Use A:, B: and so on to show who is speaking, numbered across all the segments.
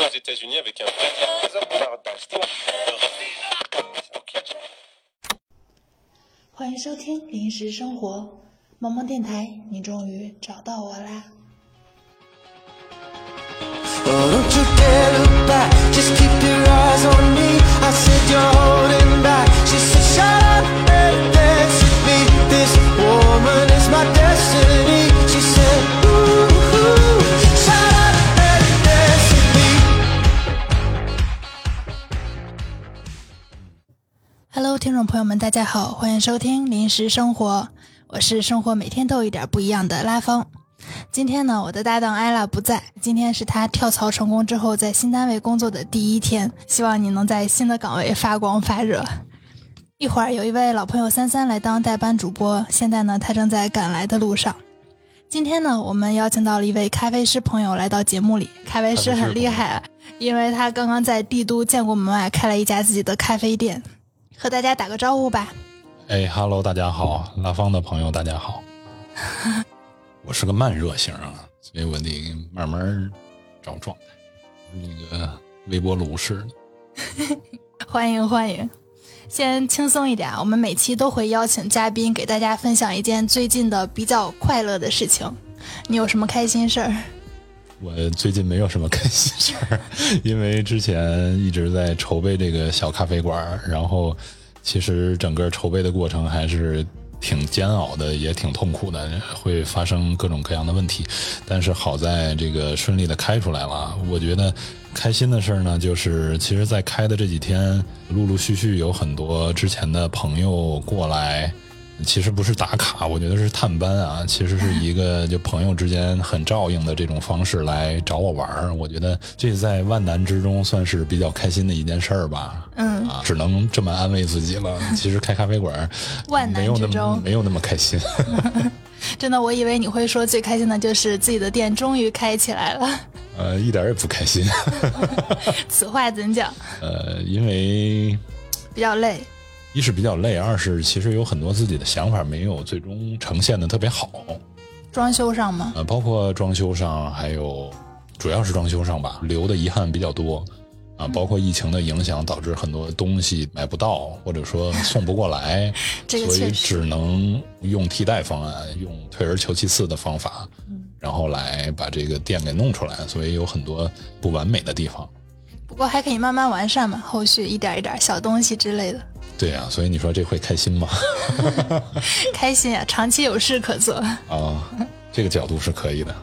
A: aux États-Unis avec un vrai trésor dans l'histoire.
B: 欢迎收听《临时生活》，萌萌电台，你终于找到我啦！
C: Oh, don't you dare look back. Just keep your eyes on me. I said you're holding back. She said, Shut up and dance with me. This woman is my destiny. She said, Ooh, ooh. shut up and dance with me.
B: Hello，听众朋友们，大家好，欢迎收听《临时生活》，我是生活每天都有一点不一样的拉风。今天呢，我的搭档艾拉不在，今天是她跳槽成功之后在新单位工作的第一天，希望你能在新的岗位发光发热。一会儿有一位老朋友三三来当代班主播，现在呢，他正在赶来的路上。今天呢，我们邀请到了一位咖啡师朋友来到节目里，咖啡师很厉害啊，因为他刚刚在帝都建国门外开了一家自己的咖啡店，和大家打个招呼吧。
D: 哎哈喽，大家好，拉芳的朋友，大家好。我是个慢热型啊，所以我得慢慢找状态，那个微波炉似的。
B: 欢迎欢迎，先轻松一点啊，我们每期都会邀请嘉宾给大家分享一件最近的比较快乐的事情。你有什么开心事儿？
D: 我最近没有什么开心事儿，因为之前一直在筹备这个小咖啡馆儿，然后其实整个筹备的过程还是挺煎熬的，也挺痛苦的，会发生各种各样的问题。但是好在这个顺利的开出来了。我觉得开心的事儿呢，就是其实，在开的这几天，陆陆续续有很多之前的朋友过来，其实不是打卡，我觉得是探班啊，其实是一个就朋友之间很照应的这种方式来找我玩儿。我觉得这在万难之中算是比较开心的一件事儿吧。
B: 嗯，
D: 啊，只能这么安慰自己 了。其实开咖啡馆儿
B: 万难
D: 没有那
B: 之
D: 么
B: 中
D: 没有那么开心。
B: 真的，我以为你会说最开心的就是自己的店终于开起来了，
D: 呃，一点儿也不开心。
B: 此话怎讲？
D: 呃，因为
B: 比较累。
D: 一是比较累，二是其实有很多自己的想法没有最终呈现的特别好，
B: 装修上吗？，
D: 呃，包括装修上，还有主要是装修上吧，留的遗憾比较多。啊，包括疫情的影响，导致很多东西买不到，或者说送不过来
B: 这个
D: 所以
B: 确实
D: 只能用替代方案，用退而求其次的方法，
B: 嗯
D: 然后来把这个店给弄出来。所以有很多不完美的地方。
B: 不过还可以慢慢完善嘛，后续一点一点小东西之类的，
D: 对啊，所以你说这会开心吗？
B: 开心呀、啊长期有事可做。
D: 啊，这个角度是可以的。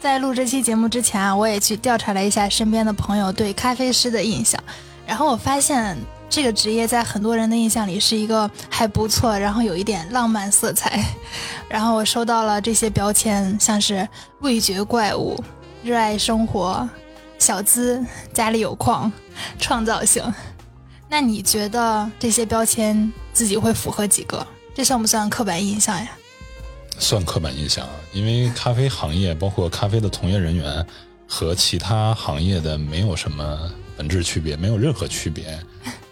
B: 在录这期节目之前啊，我也去调查了一下身边的朋友对咖啡师的印象，然后我发现这个职业在很多人的印象里是一个还不错，然后有一点浪漫色彩。然后我收到了这些标签，像是味觉怪物、热爱生活、小资、家里有矿、创造性。那你觉得这些标签自己会符合几个？这算不算刻板印象呀？
D: 算刻板印象，啊因为咖啡行业包括咖啡的从业人员和其他行业的没有什么本质区别，没有任何区别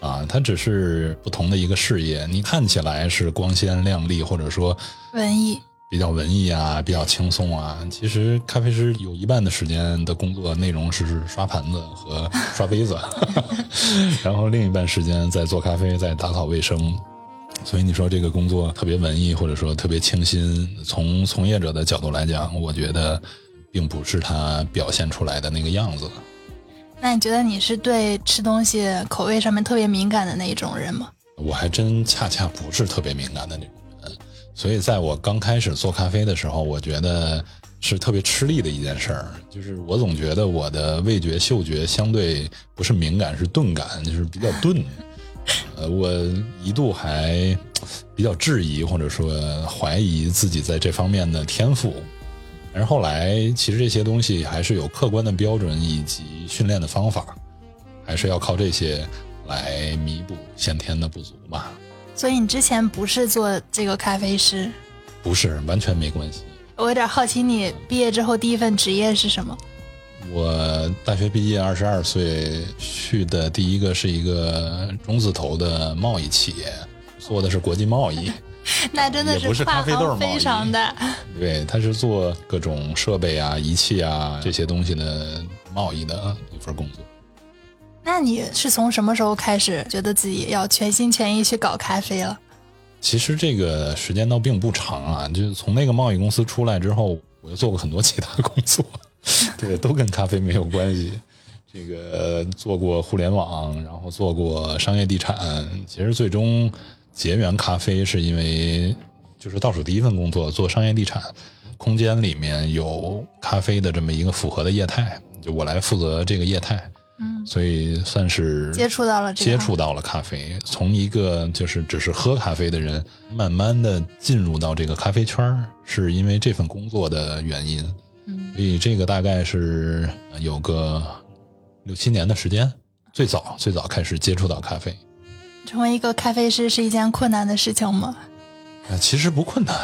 D: 啊，它只是不同的一个事业。你看起来是光鲜亮丽，或者说
B: 文艺，
D: 比较文艺啊，比较轻松啊，其实咖啡师有一半的时间的工作内容是刷盘子和刷杯子，然后另一半时间在做咖啡，在打扫卫生。所以你说这个工作特别文艺，或者说特别清新，从从业者的角度来讲，我觉得并不是他表现出来的那个样子。
B: 那你觉得你是对吃东西口味上面特别敏感的那一种人吗？
D: 我还真恰恰不是特别敏感的那种人，呃所以在我刚开始做咖啡的时候，我觉得是特别吃力的一件事儿。就是我总觉得我的味觉、嗅觉相对不是敏感，是钝感，就是比较钝。呃，我一度还比较质疑或者说怀疑自己在这方面的天赋。但是后来，其实这些东西还是有客观的标准以及训练的方法，还是要靠这些来弥补先天的不足吧。
B: 所以你之前不是做这个咖啡师，
D: 不是完全没关系。
B: 我有点好奇你毕业之后第一份职业是什么？
D: 我大学毕业二十二岁去的第一个是一个中字头的贸易企业，做的是国际贸易。
B: 那真的
D: 也不是
B: 跨
D: 咖啡豆
B: 行
D: 贸易
B: 非常大。
D: 对，它是做各种设备啊、仪器啊这些东西的贸易的一份工作。
B: 那你是从什么时候开始觉得自己要全心全意去搞咖啡了？
D: 其实这个时间倒并不长啊，就是从那个贸易公司出来之后，我又做过很多其他工作，对，都跟咖啡没有关系。这个做过互联网，然后做过商业地产，其实最终结缘咖啡是因为就是倒数第一份工作做商业地产，空间里面有咖啡的这么一个复合的业态，就我来负责这个业态，
B: 嗯，
D: 所以算是
B: 接触到了这个
D: 接触到了咖啡，从一个就是只是喝咖啡的人，慢慢的进入到这个咖啡圈儿，是因为这份工作的原因。
B: 嗯
D: 所以这个大概是有个六七年的时间，最早最早开始接触到咖啡。
B: 成为一个咖啡师是一件困难的事情吗？
D: 啊，其实不困难，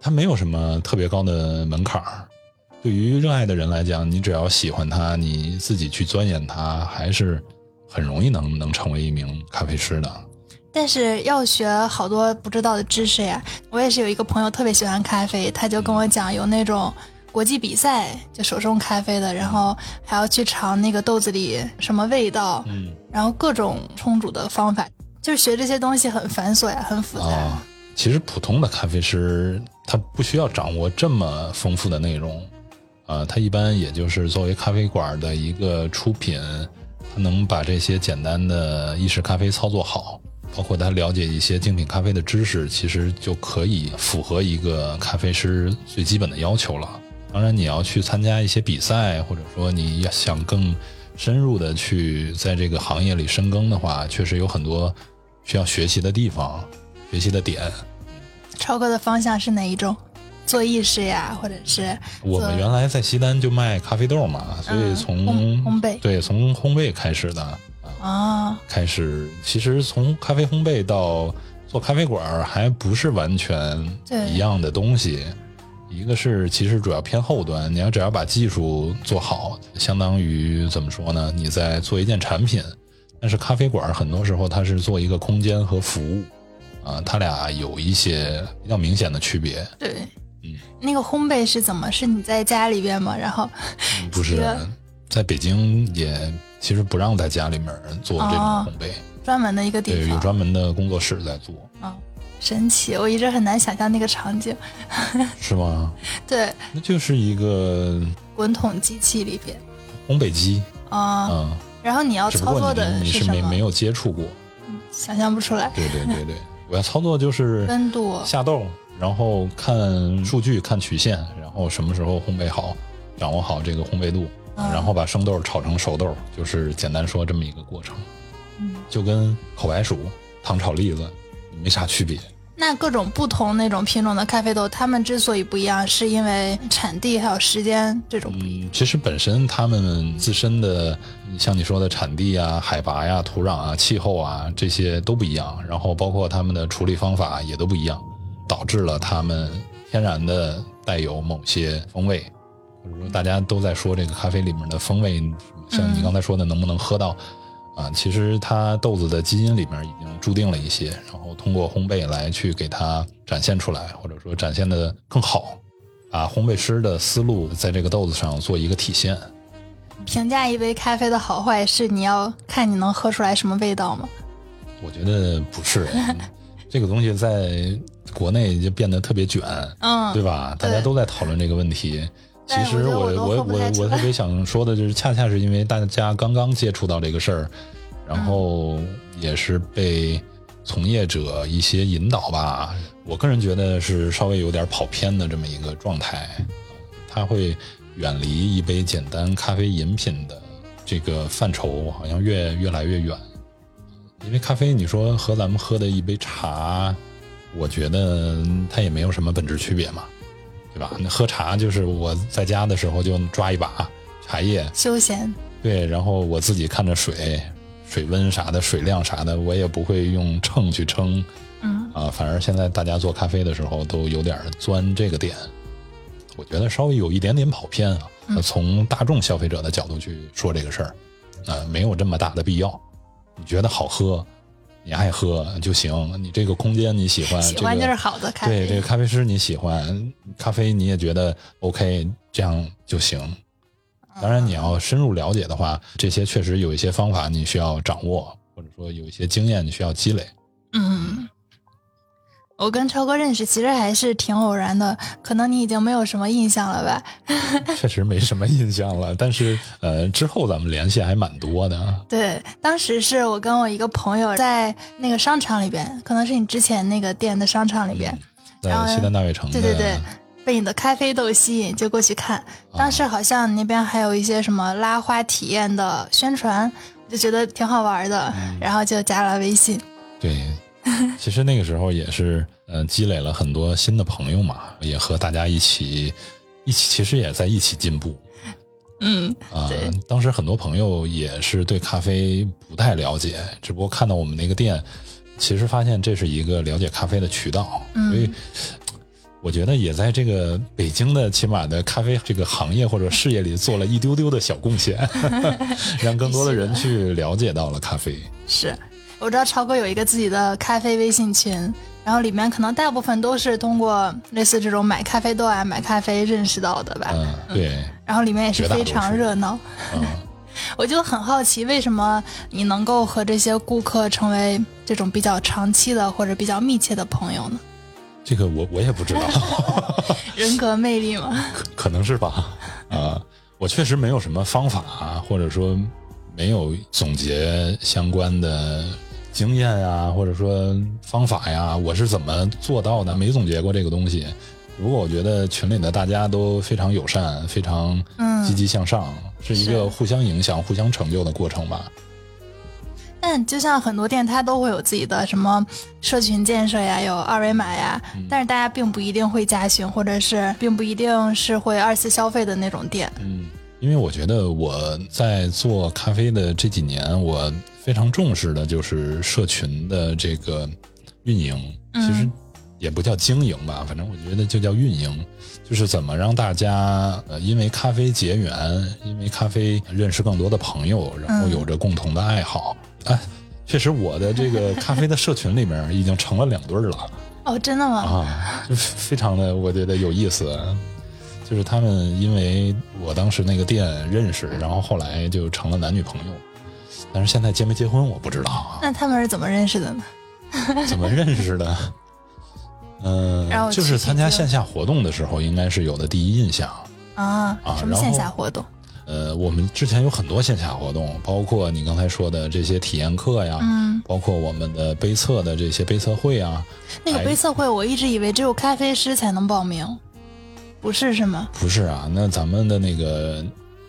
D: 它没有什么特别高的门槛儿。对于热爱的人来讲，你只要喜欢它，你自己去钻研它，还是很容易能能成为一名咖啡师的。
B: 但是要学好多不知道的知识呀。我也是有一个朋友特别喜欢咖啡，他就跟我讲有那种国际比赛就手冲咖啡的，然后还要去尝那个豆子里什么味道，
D: 嗯，
B: 然后各种冲煮的方法，就是学这些东西很繁琐呀，很复杂。
D: 啊，其实普通的咖啡师他不需要掌握这么丰富的内容，啊，他一般也就是作为咖啡馆的一个出品，他能把这些简单的意式咖啡操作好，包括他了解一些精品咖啡的知识，其实就可以符合一个咖啡师最基本的要求了。当然，你要去参加一些比赛，或者说你要想更深入的去在这个行业里深耕的话，确实有很多需要学习的地方。学习的点。
B: 超哥的方向是哪一种？做意式呀，或者是
D: 我们原来在西单就卖咖啡豆嘛，所以
B: 嗯
D: 从
B: 烘烘焙
D: 对从烘焙开始的，
B: 啊、
D: 开始其实从咖啡烘焙到做咖啡馆儿还不是完全
B: 对
D: 一样的东西。一个是其实主要偏后端，你要只要把技术做好，相当于怎么说呢？你在做一件产品，但是咖啡馆儿很多时候它是做一个空间和服务，啊，它俩有一些比较明显的区别。
B: 对，
D: 嗯
B: 那个烘焙是怎么？是你在家里边吗？然后
D: 不是
B: 这个，
D: 在北京也其实不让在家里面做这种
B: 哦
D: 烘焙，
B: 专门的一个地
D: 对，有
B: 方，
D: 专门的工作室在做，
B: 神奇，我一直很难想象那个场景。
D: 是吗？
B: 对，
D: 那就是一个
B: 滚筒机器里边
D: 烘焙机，
B: 啊、
D: 嗯，
B: 然后你要
D: 只不
B: 操
D: 过
B: 作
D: 你
B: 的
D: 你是
B: 什
D: 没
B: 么？
D: 没有接触过，
B: 想象不出来，
D: 对对对对，我要操作就是
B: 温度
D: 下豆，然后看数据看曲线，然后什么时候烘焙好，掌握好这个烘焙度，
B: 嗯
D: 然后把生豆炒成熟豆，就是简单说这么一个过程，
B: 嗯
D: 就跟烤白薯、糖炒栗子没啥区别。
B: 那各种不同那种品种的咖啡豆，它们之所以不一样，是因为产地还有时间这种不一样。
D: 嗯，其实本身他们自身的，像你说的产地啊、海拔呀、土壤啊、气候啊这些都不一样，然后包括他们的处理方法也都不一样，导致了他们天然的带有某些风味，或者说大家都在说这个咖啡里面的风味，像你刚才说的能不能喝到、啊？其实它豆子的基因里面已经注定了一些，然后通过烘焙来去给它展现出来，或者说展现的更好。把啊烘焙师的思路在这个豆子上做一个体现。
B: 评价一杯咖啡的好坏，是你要看你能喝出来什么味道吗？
D: 我觉得不是， 这个东西在国内就变得特别卷，对
B: 嗯，
D: 吧？
B: 对
D: 大家都在讨论这个问题。其
B: 但
D: 实
B: 我觉
D: 我
B: 得我都
D: 我
B: 喝不太出
D: 我
B: 来
D: 特 别想说的就是，恰恰是因为大家刚刚接触到这个事儿，然
B: 嗯
D: 后也是被从业者一些引导吧。我个人觉得是稍微有点跑偏的这么一个状态，它会远离一杯简单咖啡饮品的这个范畴，好像越越来越远。因为咖啡，你说和咱们喝的一杯茶，我觉得它也没有什么本质区别嘛，对吧？那喝茶就是我在家的时候就抓一把茶叶，
B: 休闲，
D: 对，然后我自己看着水、水温啥的、水量啥的，我也不会用秤去称
B: 嗯，
D: 啊。反而现在大家做咖啡的时候都有点钻这个点，我觉得稍微有一点点跑偏啊。
B: 嗯
D: 从大众消费者的角度去说这个事儿，啊，没有这么大的必要。你觉得好喝，你爱喝就行。你这个空间你喜欢，
B: 喜欢
D: 啊这
B: 就
D: 个
B: 是好的咖啡。
D: 对这个咖啡师你喜欢，咖啡你也觉得 OK，这样就行。当然，你要深入了解的话，这些确实有一些方法你需要掌握，或者说有一些经验你需要积 累。
B: 嗯，我跟超哥认识其实还是挺偶然的，可能你已经没有什么印象了吧？
D: 确实没什么印象了，但是呃，之后咱们联系还蛮多的。啊
B: 对，当时是我跟我一个朋友在那个商场里边，可能是你之前那个店的商场里
D: 嗯
B: 边，
D: 在
B: 然后
D: 西单大悦城
B: 对
D: 的，
B: 对对，被你的咖啡豆吸引，就过去
D: 啊
B: 看。当时好像你那边还有一些什么拉花体验的宣传，我就觉得挺好玩的，
D: 嗯
B: 然后就加了微信。
D: 对，其实那个时候也是，呃，积累了很多新的朋友嘛，也和大家一起，一起其实也在一起进步
B: 嗯，
D: 啊、
B: 对
D: 当时很多朋友也是对咖啡不太了解，只不过看到我们那个店，其实发现这是一个了解咖啡的渠道，所以。我觉得也在这个北京的起码的咖啡这个行业或者事业里做了一丢丢的小贡献，让更多的人去了解到了咖啡。
B: 是，我知道超哥有一个自己的咖啡微信群，然后里面可能大部分都是通过类似这种买咖啡豆啊、买咖啡认识到的吧。
D: 嗯，对，
B: 然后里面也是
D: 绝大
B: 非
D: 多
B: 常
D: 数
B: 热闹。
D: 嗯。
B: 我就很好奇，为什么你能够和这些顾客成为这种比较长期的或者比较密切的朋友呢？
D: 这个我我也不知道，
B: 人格魅力 吗？
D: 可可能是吧，啊、我确实没有什么方法、啊或者说没有总结相关的经验啊，或者说方法呀，我是怎么做到的？没总结过这个东西。不过我觉得群里的大家都非常友善，非常
B: 嗯
D: 积极向上，是一
B: 是
D: 个互相影响、互相成就的过程吧。
B: 但嗯就像很多店，它都会有自己的什么社群建设呀，有二维码呀，
D: 嗯
B: 但是大家并不一定会加群，或者是并不一定是会二次消费的那种店。
D: 嗯，因为我觉得我在做咖啡的这几年，我非常重视的就是社群的这个运营，
B: 嗯
D: 其实也不叫经营吧，反正我觉得就叫运营，就是怎么让大家呃因为咖啡结缘，因为咖啡认识更多的朋友，然后
B: 嗯
D: 有着共同的爱好。哎，确实我的这个咖啡的社群里面已经成了两对儿了。
B: 哦，真的吗？
D: 啊，就非常的我觉得有意思。就是他们因为我当时那个店认识，然后后来就成了男女朋友，但是现在结没结婚我不知道啊，
B: 那他们是怎么认识的呢？
D: 怎么认识的？嗯、
B: 然后去
D: 就是参加
B: 听听
D: 线下活动的时候，应该是有的第一印象。
B: 啊，
D: 啊
B: 什么
D: 然
B: 线
D: 后
B: 下活动？
D: 呃，我们之前有很多线下活动，包括你刚才说的这些体验课呀，
B: 嗯，
D: 包括我们的杯测的这些杯测会啊，
B: 那个
D: 哎
B: 杯测会，我一直以为只有咖啡师才能报名，不是是吗？
D: 不是啊，那咱们的那个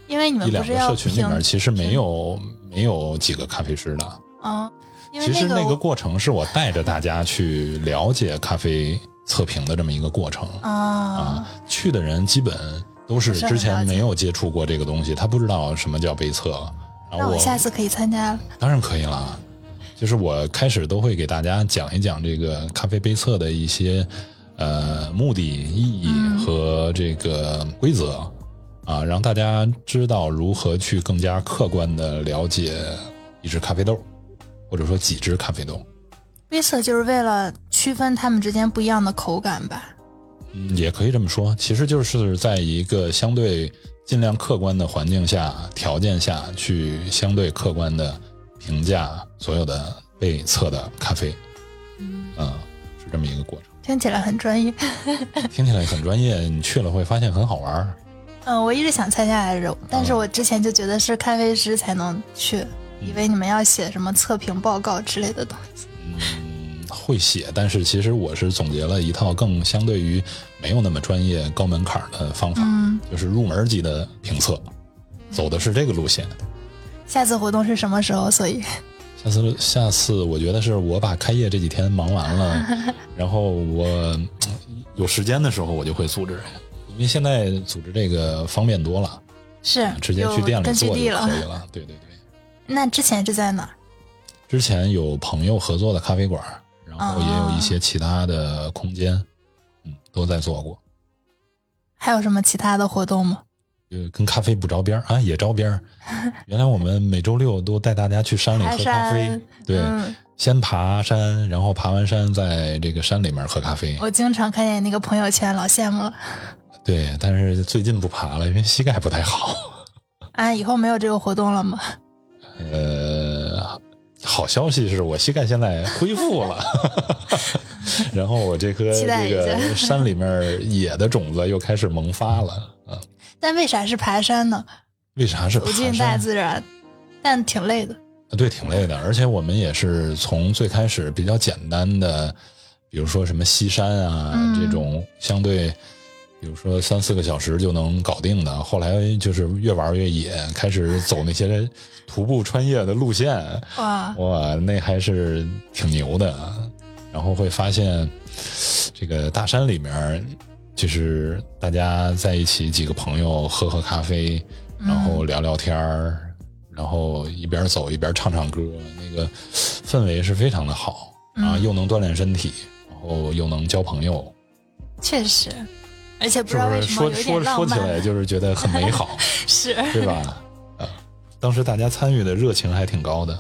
B: 因为你们
D: 一
B: 不
D: 两
B: 是
D: 个
B: 要
D: 社群里
B: 评
D: 面其实没有没有几个咖啡师的。
B: 啊，因为
D: 其实
B: 个
D: 那个过程是我带着大家去了解咖啡测评的这么一个过程啊
B: 啊，。
D: 去的人基本都是
B: 不是很
D: 之
B: 了
D: 前
B: 解
D: 没有接触过这个东西，他不知道什么叫杯测。然
B: 那
D: 后
B: 我
D: 我
B: 下次可以参加了。
D: 当然可以了，啊就是我开始都会给大家讲一讲这个咖啡杯测的一些呃目的、意义和这个规则啊，让大家知道如何去更加客观的了解一只咖啡豆，或者说几只咖啡豆。
B: 杯测就是为了区分它们之间不一样的口感吧？
D: 嗯，也可以这么说，其实就是在一个相对尽量客观的环境下、条件下去相对客观的评价所有的被测的咖啡，嗯，是这么一个过程，
B: 听起来很专业。
D: 听起来很专业，你去了会发现很好玩儿。
B: 嗯，我一直想参加来着，但
D: 嗯
B: 是我之前就觉得是咖啡师才能去，以为你们要写什么测评报告之类的东西。
D: 嗯，会写，但是其实我是总结了一套更相对于没有那么专业、高门槛儿的方法，
B: 嗯，
D: 就是入门级的评测，走的是这个路线。
B: 下次活动是什么时候？所以
D: 下次，下次我觉得是我把开业这几天忙完了， 然后我嗯有时间的时候我就会组织，因为现在组织这个方便多了，
B: 是
D: 啊直接
B: 有
D: 去店里
B: 根据
D: 做就可
B: 地
D: 以了。
B: 了。
D: 对对对，
B: 那之前是在哪儿？
D: 之前有朋友合作的咖啡馆，然后也有一些其他的空间，嗯，都在做过，
B: 还有什么其他的活动吗？
D: 就跟咖啡不着边儿啊，也着边 儿。原来我们每周六都带大家去山里
B: 爬
D: 喝咖啡
B: 山，
D: 对，
B: 嗯
D: 先爬山，然后爬完山在这个山里面喝咖啡。
B: 我经常看见你那个朋友圈，老羡慕了。
D: 对，但是最近不爬了，因为膝盖不太好。
B: 啊，以后没有这个活动了吗？
D: 呃，好消息是我膝盖现在恢复了， 然后我这颗
B: 期待
D: 这
B: 一下
D: 个山里面野的种子又开始萌发了啊！
B: 但为啥是爬山呢？
D: 为啥是
B: 走
D: 爬
B: 进大
D: 山？
B: 自然，但挺累的。
D: 对，挺累的，而且我们也是从最开始比较简单的，比如说什么西山啊、
B: 嗯
D: 这种相对，比如说三四个小时就能搞定的，后来就是越玩越野，开始走那些徒步穿越的路线，
B: 哇，
D: 哇，那还是挺牛的。啊然后会发现，这个大山里面，就是大家在一起几个朋友喝喝咖啡，然后
B: 嗯
D: 聊聊天儿，然后一边走一边唱唱歌，那个氛围是非常的好啊，
B: 嗯
D: 又能锻炼身体，然后又能交朋友，
B: 确实，而且不
D: 是
B: 知道
D: 不
B: 为
D: 是？
B: 什么
D: 说
B: 有一
D: 说
B: 点浪
D: 说起
B: 漫。
D: 来就是觉得很美好。
B: 是，
D: 对吧？啊， 当时大家参与的热情还挺高的，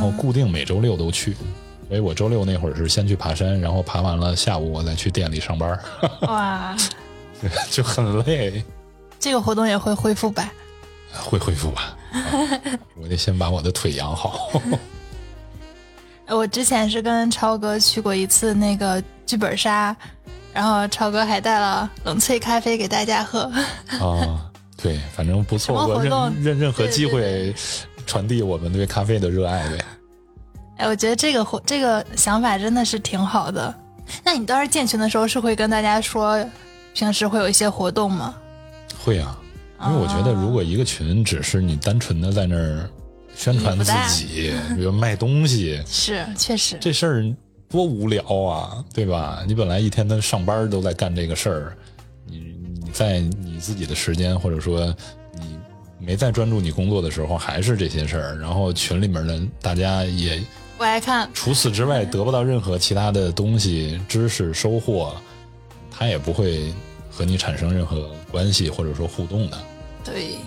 B: 嗯
D: 后固定每周六都去。所以我周六那会儿是先去爬山，然后爬完了下午我再去店里上班，
B: 哇，
D: 就很累。
B: 这个活动也会恢复吧？
D: 会恢复 吧？啊我得先把我的腿养好。
B: 我之前是跟超哥去过一次那个剧本杀，然后超哥还带了冷萃咖啡给大家喝。
D: 啊，对，反正不错过
B: 什么活
D: 任
B: 动
D: 任任何机
B: 对
D: 会传递我们对咖啡的热爱呗。
B: 哎，我觉得这个活这个想法真的是挺好的。那你当时建群的时候是会跟大家说，平时会有一些活动吗？
D: 会啊，
B: 哦
D: 因为我觉得如果一个群只是你单纯的在那儿宣传
B: 嗯也不
D: 自
B: 大
D: 己，比如卖东西，
B: 是，确实，
D: 这事儿多无聊啊，对吧？你本来一天的上班都在干这个事儿，你你在你自己的时间，或者说你没在专注你工作的时候，还是这些事儿。然后群里面的大家也
B: 我爱看，
D: 除此之外得不到任何其他的东西、知识收获，他也不会和你产生任何关系或者说互动的。
B: 对，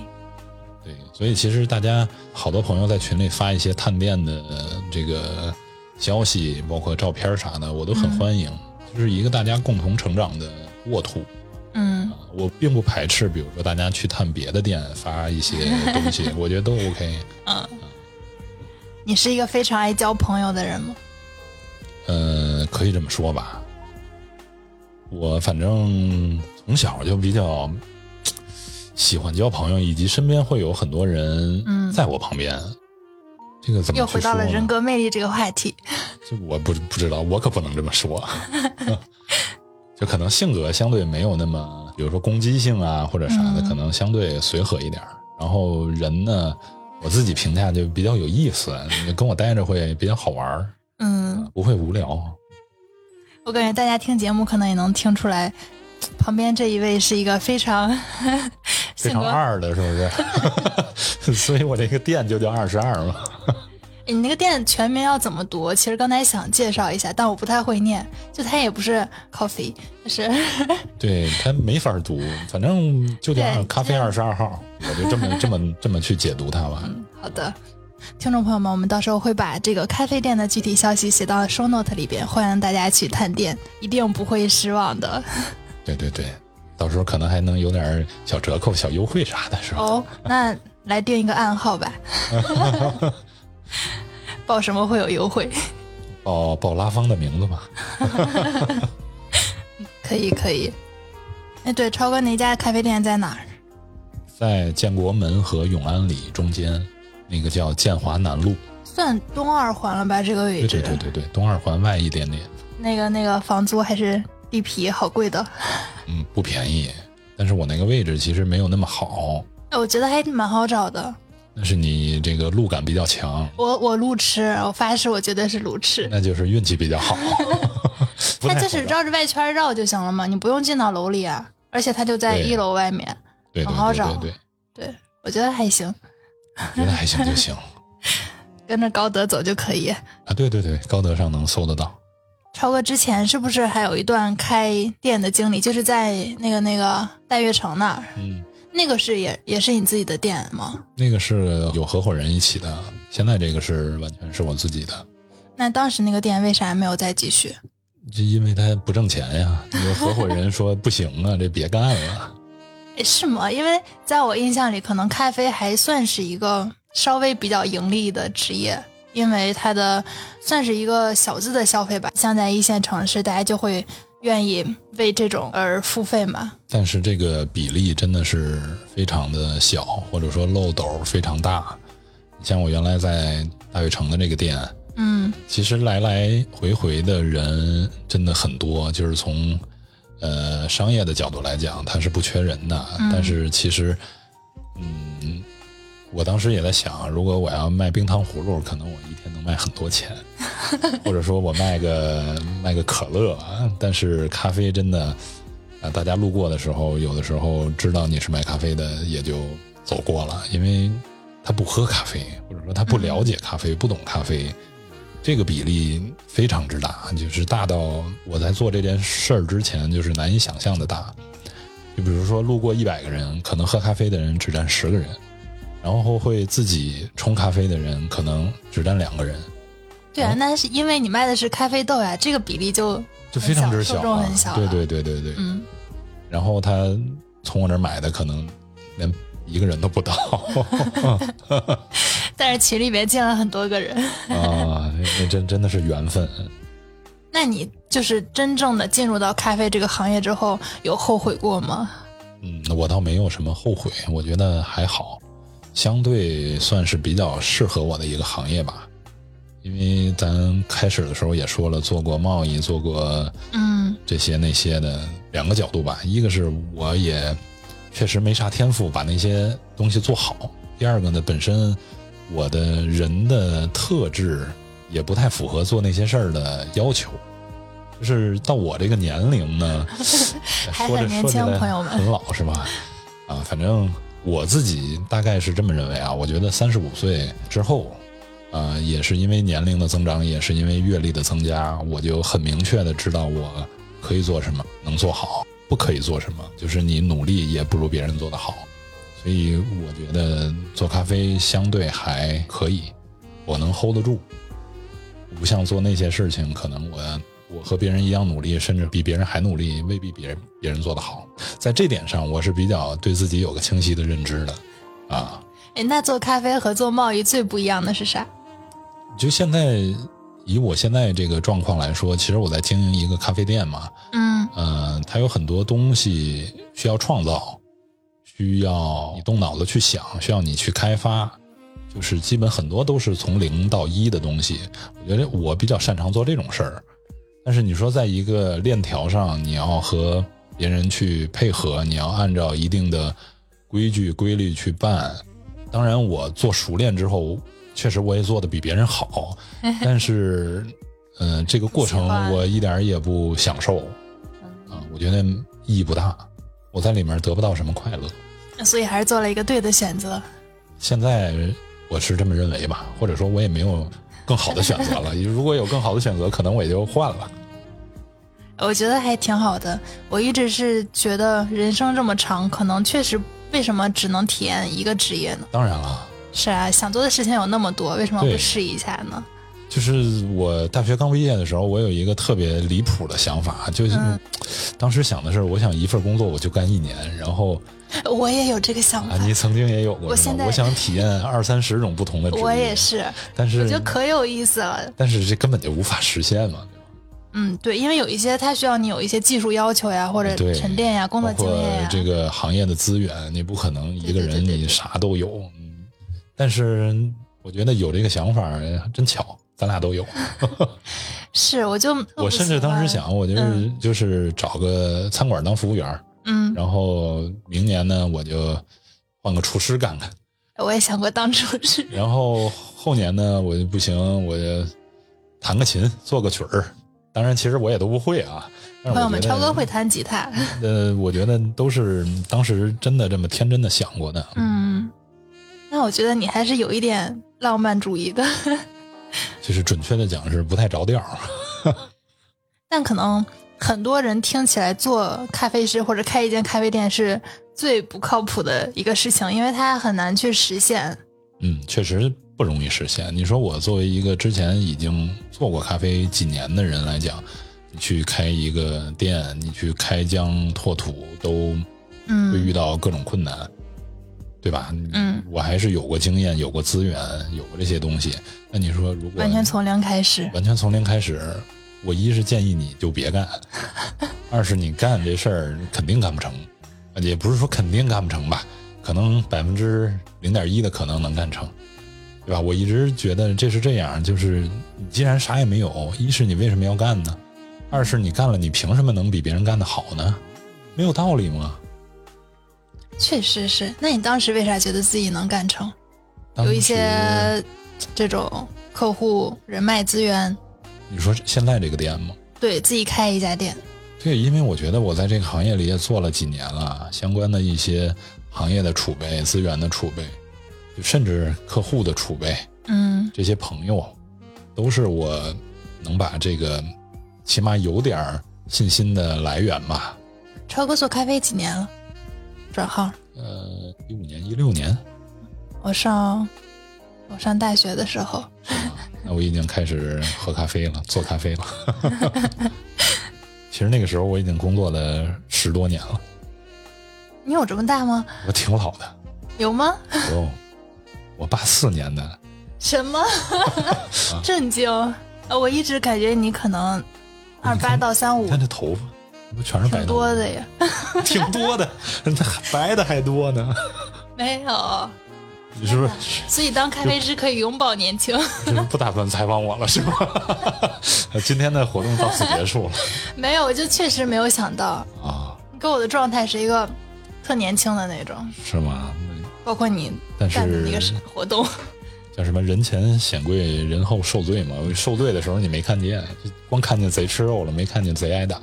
D: 对，所以其实大家好多朋友在群里发一些探店的呃这个消息，包括照片儿啥的，我都很
B: 嗯
D: 欢迎，就是一个大家共同成长的沃土。啊
B: 嗯，
D: 我并不排斥，比如说大家去探别的店发一些东 西，我觉得都 OK。
B: 你是一个非常爱交朋友的人吗？
D: 呃，可以这么说吧。我反正从小就比较喜欢交朋友，以及身边会有很多人
B: 嗯
D: 在我旁边。这个怎么
B: 又
D: 去
B: 回到了
D: 说呢
B: 人格魅力这个话题。
D: 这我不不知道，我可不能这么说。 就可能性格相对没有那么，比如说攻击性啊或者啥的，
B: 嗯
D: 可能相对随和一点儿。然后人呢，我自己评价就比较有意思，你跟我待着会比较好玩儿，
B: 嗯，
D: 不会无聊。
B: 我感觉大家听节目可能也能听出来，旁边这一位是一个非常
D: 非
B: 性
D: 常
B: 格，哎
D: 二的是 不是？所以我这个店就叫二十二嘛。
B: 你那个店全名要怎么读？其实刚才想介绍一下，但我不太会念，就它也不是 coffee，就是
D: 对，它没法读，反正就叫
B: 对
D: 咖啡二十二号，我就这么这么这么去解读它吧。
B: 好的。听众朋友们，我们到时候会把这个咖啡店的具体消息写到 show note 里边，欢迎大家去探店，一定不会失望的。
D: 对对对，到时候可能还能有点小折扣、小优惠啥的，是吧？
B: 哦，那来定一个暗号 吧，报什么会有优惠？
D: 报哦报拉芳的名字吧。
B: 可以可以。哎，对，超哥那家咖啡店在哪儿？
D: 在建国门和永安里中间，那个叫建华南路。
B: 算东二环了吧？这个位
D: 对
B: 置，
D: 对对对对，东二环外一点点，
B: 那个那个房租还是地皮好贵的。
D: 嗯，不便宜。但是我那个位置其实没有那么好，
B: 哎我觉得还蛮好找的。
D: 但是你这个路感比较强，
B: 我我路痴，我发誓，我绝对是路痴。
D: 那就是运气比 较好。 不
B: 它就
D: 太好
B: 是
D: 找
B: 绕着外圈绕就行了嘛，你不用进到楼里啊。而且它就在
D: 对
B: 一楼外面，
D: 对对
B: 好好
D: 对
B: 找
D: 对对，
B: 对我觉得还行，
D: 觉得还行就行
B: 跟着高德走就可以。
D: 啊。对对对，高德上能搜得到。
B: 超哥之前是不是还有一段开店的经历，就是在那个那个戴月城那儿？
D: 嗯，
B: 那个是也也是你自己的店吗？
D: 那个是有合伙人一起的，现在这个是完全是我自己的。
B: 那当时那个店为啥没有再继续？
D: 这因为他不挣钱呀，有合伙人说不行啊，这别干了。
B: 是吗？因为在我印象里，可能咖啡还算是一个稍微比较盈利的职业，因为它的算是一个小资的消费吧。像在一线城市，大家就会愿意为这种而付费嘛。
D: 但是这个比例真的是非常的小，或者说漏斗非常大。你像我原来在大悦城的这个店，
B: 嗯
D: 其实来来回回的人真的很多，就是从呃商业的角度来讲，它是不缺人的。但是其实，嗯，我当时也在想，如果我要卖冰糖葫芦，可能我一天能卖很多钱，或者说我卖个卖个可乐。啊但是咖啡真的，啊、大家路过的时候，有的时候知道你是卖咖啡的，也就走过了，因为他不喝咖啡，或者说他不了解咖啡，不懂咖啡。这个比例非常之大，就是大到我在做这件事儿之前就是难以想象的大。就比如说，路过一百个人，可能喝咖啡的人只占十个人，然后会自己冲咖啡的人可能只占两个人，
B: 对啊，那是因为你卖的是咖啡豆呀，这个比例就
D: 就非常之
B: 很小受众
D: 啊
B: 很小
D: 对
B: 了
D: 对对对对。
B: 嗯
D: 然后他从我这儿买的可能连一个人 都不到
B: 但是群里面进了很多个人。
D: 啊，那那真真的是缘分。
B: 那你就是真正的进入到咖啡这个行业之后，有后悔过吗？
D: 嗯，我倒没有什么后悔，我觉得还好，相对算是比较适合我的一个行业吧。因为咱开始的时候也说了，做过贸易，做过
B: 嗯
D: 这些那些的两个角度吧。一个是我也确实没啥天赋，把那些东西做好；第二个呢，本身我的人的特质也不太符合做那些事儿的要求。就是到我这个年 龄呢，
B: 还
D: 说
B: 很
D: 着
B: 年
D: 说起
B: 轻
D: 来
B: 朋友们
D: 很老是吧？啊，反正我自己大概是这么认为啊。我觉得三十五岁之后，啊，也是因为年龄的增长，也是因为阅历的增加，我就很明确的知道我可以做什么，能做好，不可以做什么。就是你努力也不如别人做得好，所以我觉得做咖啡相对还可以，我能 hold 得住。不像做那些事情，可能我我和别人一样努力，甚至比别人还努力，未必别人别人做得好。在这点上，我是比较对自己有个清晰的认知的，啊，
B: 哎，那做咖啡和做贸易最不一样的是啥？
D: 就现在以我现在这个状况来说，其实我在经营一个咖啡店嘛，
B: 嗯
D: 嗯，它有很多东西需要创造，需要你动脑子去想，需要你去开发，就是基本很多都是从零到一的东西。我觉得我比较擅长做这种事儿，但是你说在一个链条上，你要和别人去配合，你要按照一定的规矩规律去办。当然，我做熟练之后，确实我也做的比别人好，但是，嗯、这个过程
B: 喜欢
D: 我一点儿也不享受。啊，我觉得意义不大，我在里面得不到什么快乐。
B: 所以还是做了一个对的选择。
D: 现在我是这么认为吧，或者说我也没有更好的选 择了。如果有更好的选择，可能我也就换了。
B: 我觉得还挺好的。我一直是觉得人生这么长，可能确实为什么只能体验一个职业呢？
D: 当然了，
B: 是啊，想做的事情有那么多，为什么不
D: 对
B: 试一下呢？
D: 就是我大学刚毕业的时候，我有一个特别离谱的想法，就是、
B: 嗯
D: 当时想的是，我想一份工作我就干一年，然后
B: 我也有这个想法
D: 啊，，你曾经也有过
B: 我
D: 是吧
B: 现在
D: 我想体验二三十种不同的职业，
B: 我也，是，
D: 但
B: 我
D: 是
B: 觉得可有意思了。
D: 但是这根本就无法实现嘛，对吧
B: 嗯，对，因为有一些它需要你有一些技术要求呀，或者
D: 哎对
B: 沉淀呀、工作
D: 包
B: 经
D: 括
B: 验呀。
D: 这个行业的资源，你不可能一
B: 对
D: 个
B: 对对
D: 人
B: 对
D: 你
B: 对
D: 啥都有。嗯但是我觉得有这个想法哎真巧，咱 俩都有。
B: 是，我就
D: 我甚至当时，想，我就是、
B: 嗯
D: 就是找个餐馆当服务员儿，
B: 嗯，
D: 然后明年呢我就换个厨师干干，
B: 我也想过当厨 师。
D: 然后后年呢我就不行，我就弹个琴，做个曲儿。当然，其实我也都不会啊。但是
B: 朋
D: 我
B: 友们，
D: 觉得
B: 超哥会弹吉他。
D: 呃，我觉得都是当时真的这么天真的想过的。
B: 嗯，那我觉得你还是有一点浪漫主义的，
D: 就是准确的讲是不太着调儿。啊
B: 但可能很多人听起来做咖啡师或者开一间咖啡店是最不靠谱的一个事情，因为它很难去实现。
D: 嗯，确实不容易实现。你说我作为一个之前已经做过咖啡几年的人来讲，你去开一个店，你去开疆拓土都
B: 嗯
D: 会遇到各种困难，对吧？
B: 嗯，
D: 我还是有过经验，有过资源，有过这些东西。那你说，如果
B: 完全从零开始，
D: 完全从零开始，我一是建议你就别干，二是你干这事儿肯定干不成，也不是说肯定干不成吧，可能百分之零点一的可能能干成，对吧？我一直觉得这是这样，就是你既然啥也没有，一是你为什么要干呢？二是你干了，你凭什么能比别人干得好呢？没有道理吗？
B: 确实是。那你当时为啥觉得自己能干成？
D: 当
B: 有一
D: 时
B: 些这种客户人脉资源，
D: 你说现在这个店吗？
B: 对自己开一家店，
D: 对，因为我觉得我在这个行业里也做了几年了，相关的一些行业的储备、资源的储备，就甚至客户的储备，
B: 嗯
D: 这些朋友，都是我能把这个起码有点儿信心的来源吧。
B: 超哥做咖啡几年了？转号，
D: 呃，一五年、一六年，
B: 我上我上大学的时候，
D: 那我已经开始喝咖啡了，做咖啡了。 其实那个时候我已经工作了十多年了，
B: 你有这么大吗？
D: 我挺老的。
B: 有吗？
D: 哦，我八四年的，
B: 什么？震惊！呃我一直感觉啊你可能二八到三
D: 你
B: 五
D: 看，这头发，不全是白
B: 挺
D: 头发
B: 多
D: 吗
B: 的呀。
D: 挺多的， 白的还多呢。
B: 没有，
D: 你是不是
B: 所以当咖啡师可以永葆年轻。
D: 是不是不打算采访我了？是吧？ 今天的活动到此结束 了
B: 没有，我就确实没有想到，
D: 啊？
B: 你给我的状态是一个特年轻的那种，
D: 是吗？那
B: 包括你
D: 但
B: 干的
D: 是
B: 那个是活动，
D: 叫什么？人前显贵，人后受罪嘛。受罪的时候你没看见，就光看见贼吃肉了，没看见贼挨打。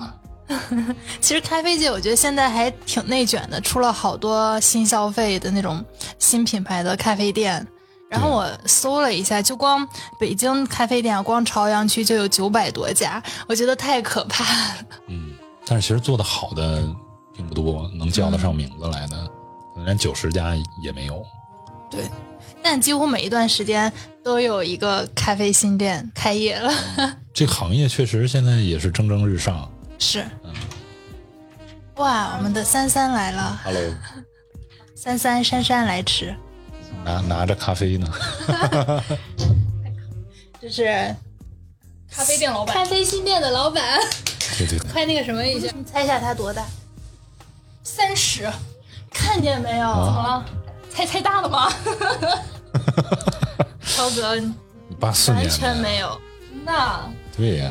B: 其实咖啡界我觉得现在还挺内卷的，出了好多新消费的那种新品牌的咖啡店。然后我搜了一下，就光北京咖啡店啊，光朝阳区就有九百多家，我觉得太可怕了。
D: 嗯，但是其实做的好的并不多，能叫得上名字来的，可
B: 嗯
D: 能连九十家也没有。
B: 对，但几乎每一段时间都有一个咖啡新店开业了。
D: 这个行业确实现在也是蒸蒸日上。
B: 是
D: 嗯，
B: 哇，我们的三三来了，
D: Hello，
B: 三三姗姗来迟，
D: 拿拿着咖 啡呢。
B: 这是咖啡店老板，
E: 咖啡新店的老板，
D: 对对对。
E: 快那个什么一下，
B: 你猜一下他多大？
E: 三十，
B: 看见没有？
D: 怎么
B: 了？
E: 猜猜大 了吗？
B: 超哥
D: 八四年
B: 完
D: 的
B: 全没有。
E: 那
D: 对呀、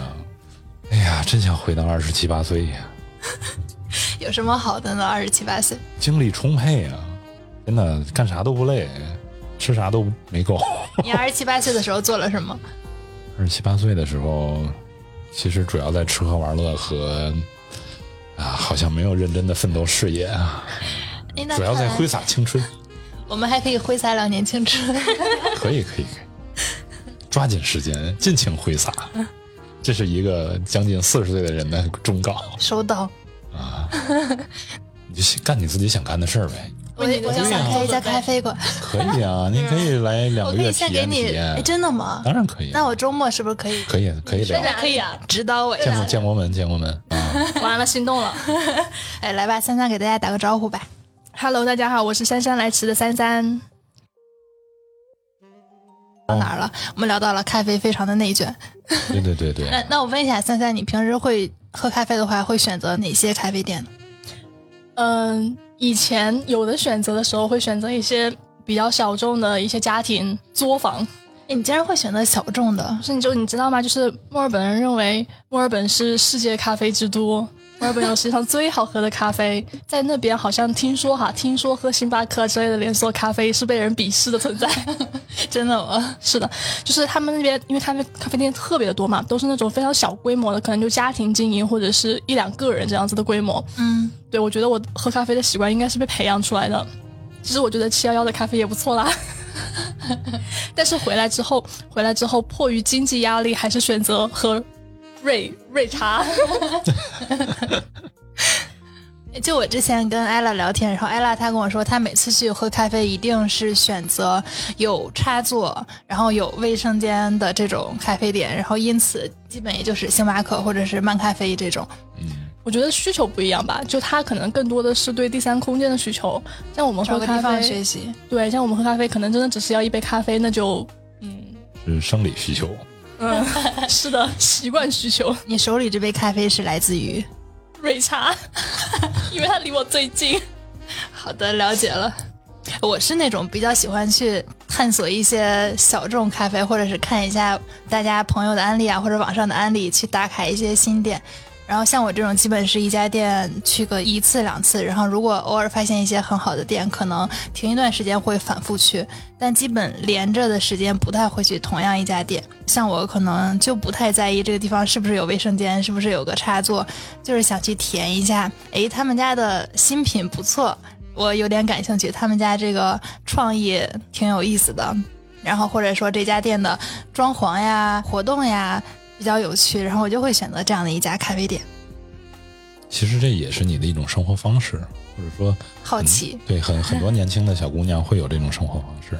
D: 哎呀，真想回到二十七八岁呀、
B: 有什么好的呢？二十七八 岁，
D: 精力充沛呀、真的干啥都不累，吃啥都没够。
B: 你二十七八岁的时候做了什么？
D: 二十七八岁的时候，其实主要在吃喝玩乐和啊，好像没有认真的奋斗事业啊，
B: 哎，那
D: 主要在
B: 看来
D: 挥洒青 春。
B: 我们还可以挥洒两年青春。
D: 可以，可以，可以，抓紧时间，尽情挥洒。
B: 嗯
D: 这是一个将近四十岁的人的忠告，
B: 收到，
D: 你就干你自己想干的事儿呗。
B: 我
E: 为你的
B: 我
E: 将
B: 想
E: 来
B: 开一
E: 做
B: 家
E: 准备
B: 咖啡馆，
D: 可 以啊，您可以来两
B: 我
D: 个
B: 可以
D: 月
B: 先
D: 体
B: 给
D: 验
B: 你
D: 体。
B: 哎，
D: 验，
B: 真的吗？
D: 当然可以啊。
B: 那我周末是不是可以
D: 可以可以聊，
E: 可以啊，
B: 指导我一
D: 见过
B: 下？
D: 见过门见过门 啊！
E: 完了，心动了。
B: 哎，来吧，三三给大家打个招呼吧。
E: Hello，大家好，我是姗姗来迟的三三。
B: 到哪儿了？我们聊到了咖啡非常的内卷。
D: 对对对对，
B: 那那我问一下三三，你平时会喝咖啡的话，会选择哪些咖啡店呢？
E: 嗯，以前有的选择的时候会选择一些比较小众的一些家庭作坊，
B: 哎，你竟然会选择小众的，
E: 甚至就你知道吗？就是墨尔本人认为墨尔本是世界咖啡之都，墨尔本有世界上最好喝的咖啡，在那边好像听说哈，听说喝星巴克之类的连锁咖啡是被人鄙视的存在。
B: 真的吗？
E: 是的，就是他们那边因为咖啡咖啡店特别的多嘛，都是那种非常小规模的，可能就家庭经营或者是一两个人这样子的规模。
B: 嗯，
E: 对我觉得我喝咖啡的习惯应该是被培养出来的。其实我觉得七幺幺的咖啡也不错啦，但是回来之后，回来之后迫于经济压力，还是选择喝瑞 瑞茶。
B: 哎就我之前跟艾拉聊天，然后艾拉她跟我说，她每次去喝咖啡一定是选择有插座，然后有卫生间的这种咖啡店，然后因此基本也就是星巴克或者是漫咖啡这种。
D: 嗯，
E: 我觉得需求不一样吧，就他可能更多的是对第三空间的需求，像我们
B: 找
E: 喝
B: 个
E: 咖
B: 地方
E: 啡
B: 学，习。
E: 对，像我们喝咖啡，可能真的只是要一杯咖啡，那就 嗯
D: 是生理需求。
E: 嗯，是的，习惯需求，
B: 你手里这杯咖啡是来自于？
E: 瑞 茶，因为它离我最近。
B: 好的，了解了。我是那种比较喜欢去探索一些小众咖啡，或者是看一下大家朋友的案例啊，或者网上的案例，去打卡一些新店。然后像我这种，基本是一家店去个一次两次，然后如果偶尔发现一些很好的店，可能停一段时间会反复去，但基本连着的时间不太会去同样一家店。像我可能就不太在意这个地方是不是有卫生间，是不是有个插座，就是想去体验一下，诶，他们家的新品不错，我有点感兴趣，他们家这个创意挺有意思的，然后或者说这家店的装潢呀、活动呀比较有趣，然后我就会选择这样的一家咖啡店，
D: 其实这也是你的一种生活方式，或者说嗯
B: 好奇。
D: 对很很多年轻的小姑娘会有这种生活方式。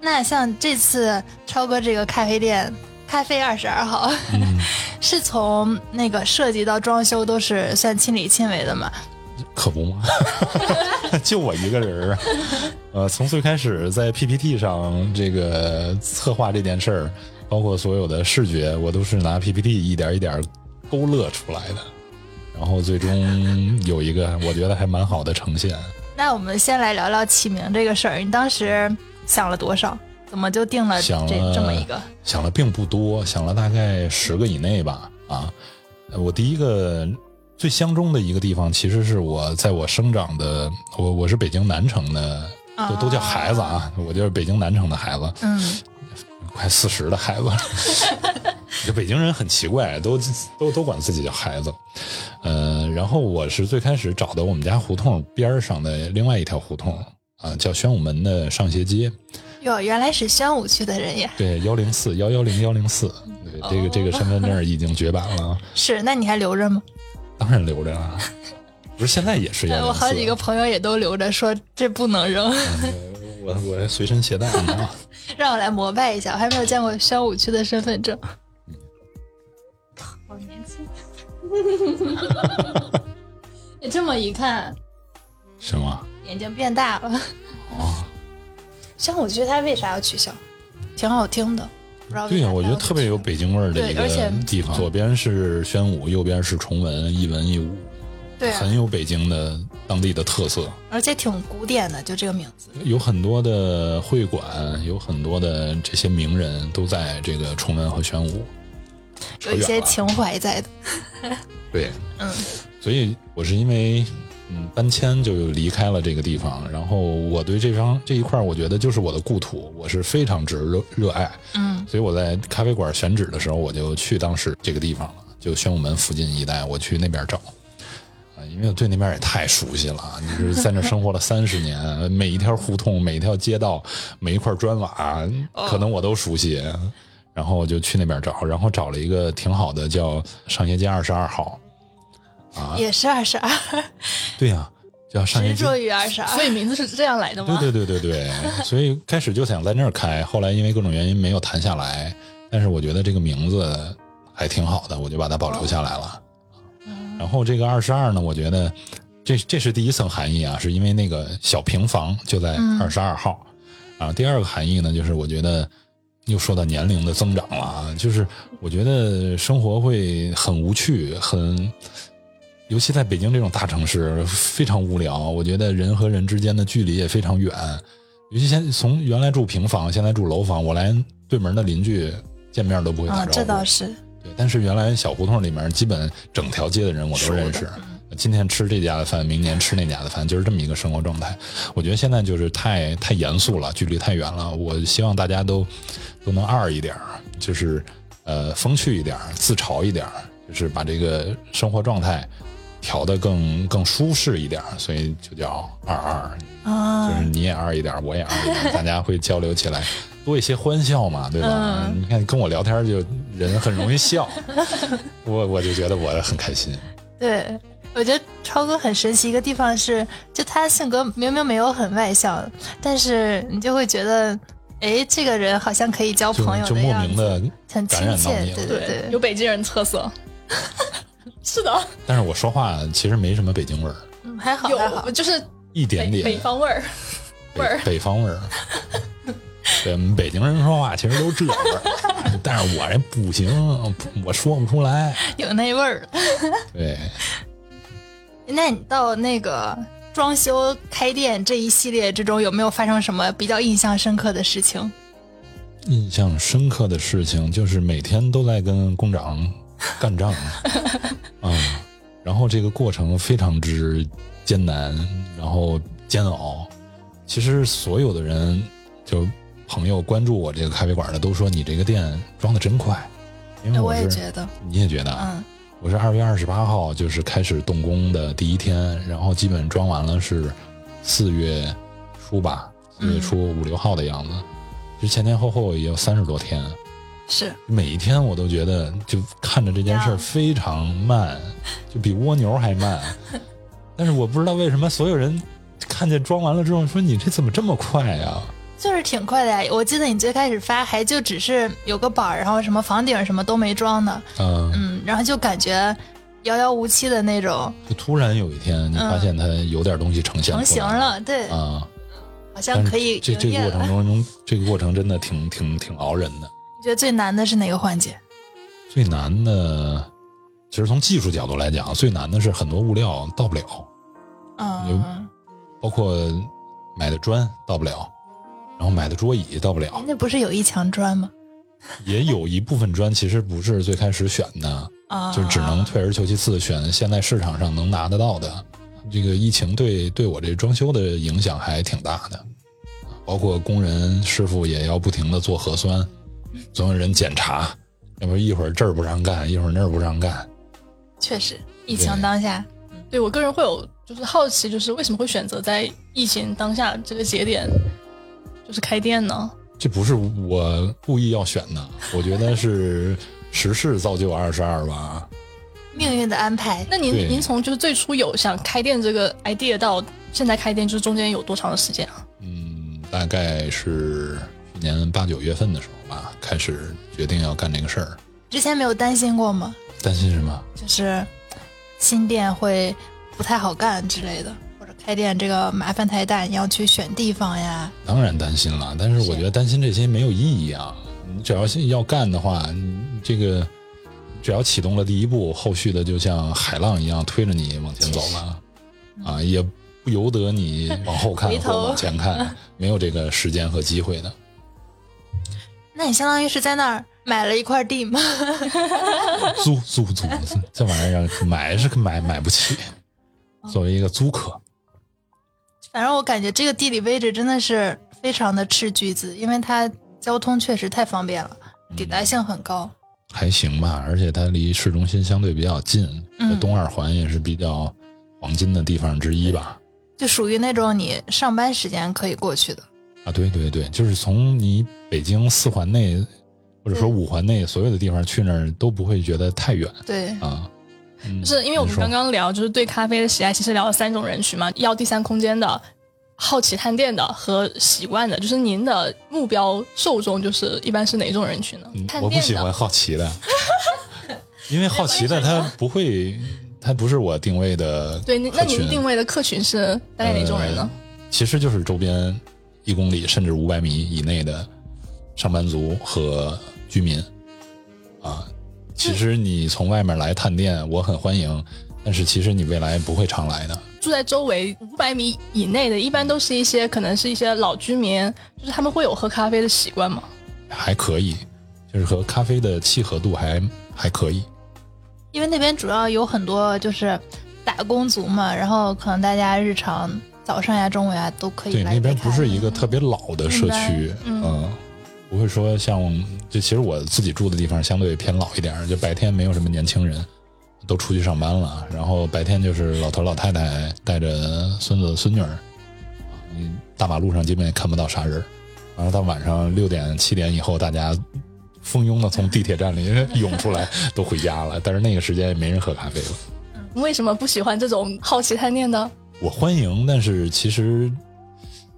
B: 那像这次超哥这个咖啡店，咖啡二十二号，
D: 嗯，
B: 是从那个设计到装修都是算亲力亲为的嘛？
D: 可不嘛， 就我一个人儿啊。呃，从最开始在 PPT 上这个策划这件事儿，包括所有的视觉，我都是拿 PPT 一点一点勾勒出来的，然后最终有一个我觉得还蛮好的呈现。
B: 那我们先来聊聊起名这个事儿，你当时想了多少？怎么就定了这
D: 想了
B: 这么一个？
D: 想了并不多，想了大概十个以内吧。啊，呃我第一个最相中的一个地方，其实是我在我生长的，我我是北京南城的，都都叫孩子啊，我就是北京南城的孩子，
B: 嗯，
D: 快四十的孩子了。 这北京人很奇怪，都都都管自己叫孩子。呃，然后我是最开始找的我们家胡同边儿上的另外一条胡同啊，叫宣武门的上斜街。
B: 哟，原来是宣武区的人呀。
D: 对，幺零四幺幺零幺零四，
B: 嗯
D: 对，这个这个身份
B: 哦
D: 证已经绝版了啊，
B: 是，那你还留着吗？
D: 当然留着了。不是现在也是幺零啊
B: 哎
D: 四，啊
B: 我好几个，朋友也都留着，说这不能扔，
D: 嗯我我随身携带呢 啊。
B: 让我来膜拜一下。我还没有见过宣武区的身份证。好年轻。 你哎这么一看，
D: 什么？
B: 眼睛变大了。
D: 哦
B: 宣武区它为啥要取消？挺好听的，不知道为啥
D: 对呀、
B: 它
D: 我觉得
B: 要
D: 特别有北京味儿的
B: 对
D: 一个
B: 而且嗯
D: 地方，左边是宣武，右边是崇文，一文一武，
B: 对啊、
D: 很有北京的当地的特色。
B: 而且挺古典的，就这个名字。
D: 有很多的会馆，有很多的这些名人都在这个崇文和宣武。
B: 有一
D: 扯远
B: 些
D: 了啊
B: 情怀在的。
D: 对，
B: 嗯，
D: 所以我是因为嗯搬迁就离开了这个地方，然后我对这方这一块儿，我觉得就是我的故土，我是非常之热热爱，
B: 嗯，
D: 所以我在咖啡馆选址的时候，我就去当时这个地方了，就宣武门附近一带，我去那边找。啊，因为我对那边也太熟悉了，就是在那生 活了三十年，每一条胡同、每一条街道、每一块砖瓦，可能我都熟悉。
B: 哦
D: 然后我就去那边找，然后找了一个挺好的，叫上斜街二十二号。啊
B: 也是二十二，
D: 对呀、叫上
B: 执
D: 街
B: 着于二十二。
E: 所以名字是这样来的吗？
D: 对对对对对，所以开始就想在那儿开，后来因为各种原因没有谈下来，但是我觉得这个名字还挺好的，我就把它保留下来了。
B: 哦
D: 然后这个二十二呢，我觉得这这是第一层含义啊，是因为那个小平房就在
B: 嗯
D: 二十二号。啊，第二个含义呢，就是我觉得又说到年龄的增长了啊，就是我觉得生活会很无趣，很。尤其在北京这种大城市，非常无聊。我觉得人和人之间的距离也非常远，尤其现从原来住平房，现在住楼房，我连对门的邻居见面都不会打
B: 啊，
D: 招呼。
B: 这倒是。
D: 对，但是原来小胡同里面，基本整条街的人我都认识。今天吃这家的饭，明年吃那家的饭，就是这么一个生活状态。我觉得现在就是太太严肃了，距离太远了。我希望大家都都能二一点儿，就是呃风趣一点儿，自嘲一点儿，就是把这个生活状态调得更更舒适一点儿，所以就叫二二。
B: 啊
D: 就是你也二一点儿，我也二一点儿，大家会交流起来， 嗯多一些欢笑嘛，对吧？你看跟我聊天就人很容易 笑，我我就觉得我很开心。
B: 对，我觉得超哥很神奇一个地方是，就他性格明明没有很外向，但是你就会觉得，哎，这个人好像可以交
D: 就
B: 朋友
D: 就
B: 的
D: 莫
B: 样
D: 名
B: 子，
D: 的
B: 很
D: 感
B: 亲
D: 染到
B: 切
D: 你，了
B: 对
E: 对
B: 对
E: 有北京人特色。是的，
D: 但是我说话其实没什么北京味儿，
B: 嗯，还好还好
E: 有，就是
D: 一点
E: 北
D: 点
E: 北方味儿，
D: 北
E: 味儿
D: 北方 味儿。对，我们北京人说话其实都这味儿， 但是我这不行，我说不出来。
B: 有那味儿。
D: 对，
B: 那你到那个装修、开店这一系列之中，有没有发生什么比较印象深刻的事情？
D: 印象深刻的事情就是每天都在跟工长干 仗，嗯，然后这个过程非常之艰难，然后煎熬。其实所有的人，就朋友关注我这个咖啡馆的，都说你这个店装的真快，因为
B: 我也
D: 是
B: 觉得，
D: 你也觉得啊？
B: 嗯，
D: 我是二月二十八号就是开始动工的第一天，然后基本装完了是四月初吧，四
B: 嗯
D: 月初五六号的样子，其实前前后后也有三十多天，
B: 是
D: 每一天我都觉得就看着这件事儿非常慢，就比蜗牛 还慢。但是我不知道为什么所有人看见装完了之后说你这怎么这么快啊呀、
B: 就是挺快的呀。我记得你最开始发还就只是有个板儿，然后什么房顶什么都没装呢，
D: 嗯，
B: 嗯，然后就感觉遥遥无期的那种，
D: 就突然有一天你发现它有点东西呈现
B: 嗯成
D: 出
B: 型
D: 来
B: 了，对，
D: 啊。
B: 好
D: 但
B: 像
D: 是
B: 可以
D: 这
B: 营
D: 这
B: 业
D: 个过
B: 了。
D: 程中中，这个过程真的挺挺挺熬人的。
B: 你觉得最难的是哪个环节？
D: 最难的，其实从技术角度来讲，最难的是很多物料到不了，
B: 嗯，
D: 包括买的砖到不了，然后买的桌椅到不了
B: 哎。那不是有一墙砖吗？
D: 也有一部分砖其实不是最开始选的，
B: 啊，
D: 就只能退而求其次选现在市场上能拿得到的。这个疫情对对我这装修的影响还挺大的，包括工人师傅也要不停的做核酸，总有人检查，要不然一会儿这儿不让干，一会儿那儿不让干。
B: 确实，疫情
D: 对
B: 当下，
E: 对我个人会有就是好奇，就是为什么会选择在疫情当下这个节点，就是开店呢？
D: 这不是我故意要选的，我觉得是时势造就二十二吧。
B: 命运的安排。
E: 那您
D: 对
E: 您从就是最初有想开店这个 idea 到现在开店，就是中间有多长的时间啊？
D: 嗯，大概是去年八九月份的时候吧，开始决定要干这个事儿。
B: 之前没有担心过吗？
D: 担心什么？
B: 就是新店会不太好干之类的，或者开店这个麻烦太大，你要去选地方呀。
D: 当然担心了，但是我觉得担心这些没有意义啊。你只要是要干的话，你这个只要启动了第一步，后续的就像海浪一样推着你往前走了啊，也不由得你往后看
B: 回头
D: 或往前看，没有这个时间和机会的。
B: 那你相当于是在那儿买了一块地嘛？
D: 租租租，这玩意儿买是买买不起。作为一个租客，
B: 反正我感觉这个地理位置真的是非常的斥巨资，因为它交通确实太方便了，
D: 嗯
B: 抵达性很高。
D: 还行吧，而且它离市中心相对比较近，
B: 嗯
D: 东二环也是比较黄金的地方之一吧。
B: 就属于那种你上班时间可以过去的，
D: 啊，对对对，就是从你北京四环内，或者说
B: 嗯
D: 五环内所有的地方去那儿都不会觉得太远
B: 对，
D: 啊。嗯
E: 就是因为我们
D: 你说
E: 刚刚聊，就是对咖啡的喜爱，其实聊了三种人群嘛，要第三空间的、好奇探店的和习惯的。就是您的目标受众就是一般是哪种人群呢
D: 嗯？
E: 探
D: 我不
E: 店
D: 喜欢
E: 的，
D: 好奇的，因为好奇的它不会，它不是我定位的
E: 对，那那
D: 客群
E: 您定位的客群是大概哪种人呢？
D: 其实就是周边一公里甚至五百米以内的上班族和居民啊。其实你从外面来探店，我很欢迎，但是其实你未来不会常来的。
E: 住在周围五百米以内的，一般都是一些可能是一些老居民，就是他们会有喝咖啡的习惯吗？
D: 还可以，就是和咖啡的契合度还还可以。
B: 因为那边主要有很多就是打工族嘛，然后可能大家日常早上呀、中午呀都可以
D: 对，
B: 来
D: 那边
B: 这
D: 不
B: 看
D: 是一个特别老的社区，嗯。不会说像，就其实我自己住的地方相对偏老一点儿，就白天没有什么年轻人，都出去上班了，然后白天就是老头老太太带着孙子孙女儿，你大马路上基本也看不到啥人儿，然后到晚上六点七点以后，大家蜂拥的从地铁站里涌出 来，都回家了，但是那个时间也没人喝咖啡了。
E: 为什么不喜欢这种好奇探店的？
D: 我欢迎，但是其实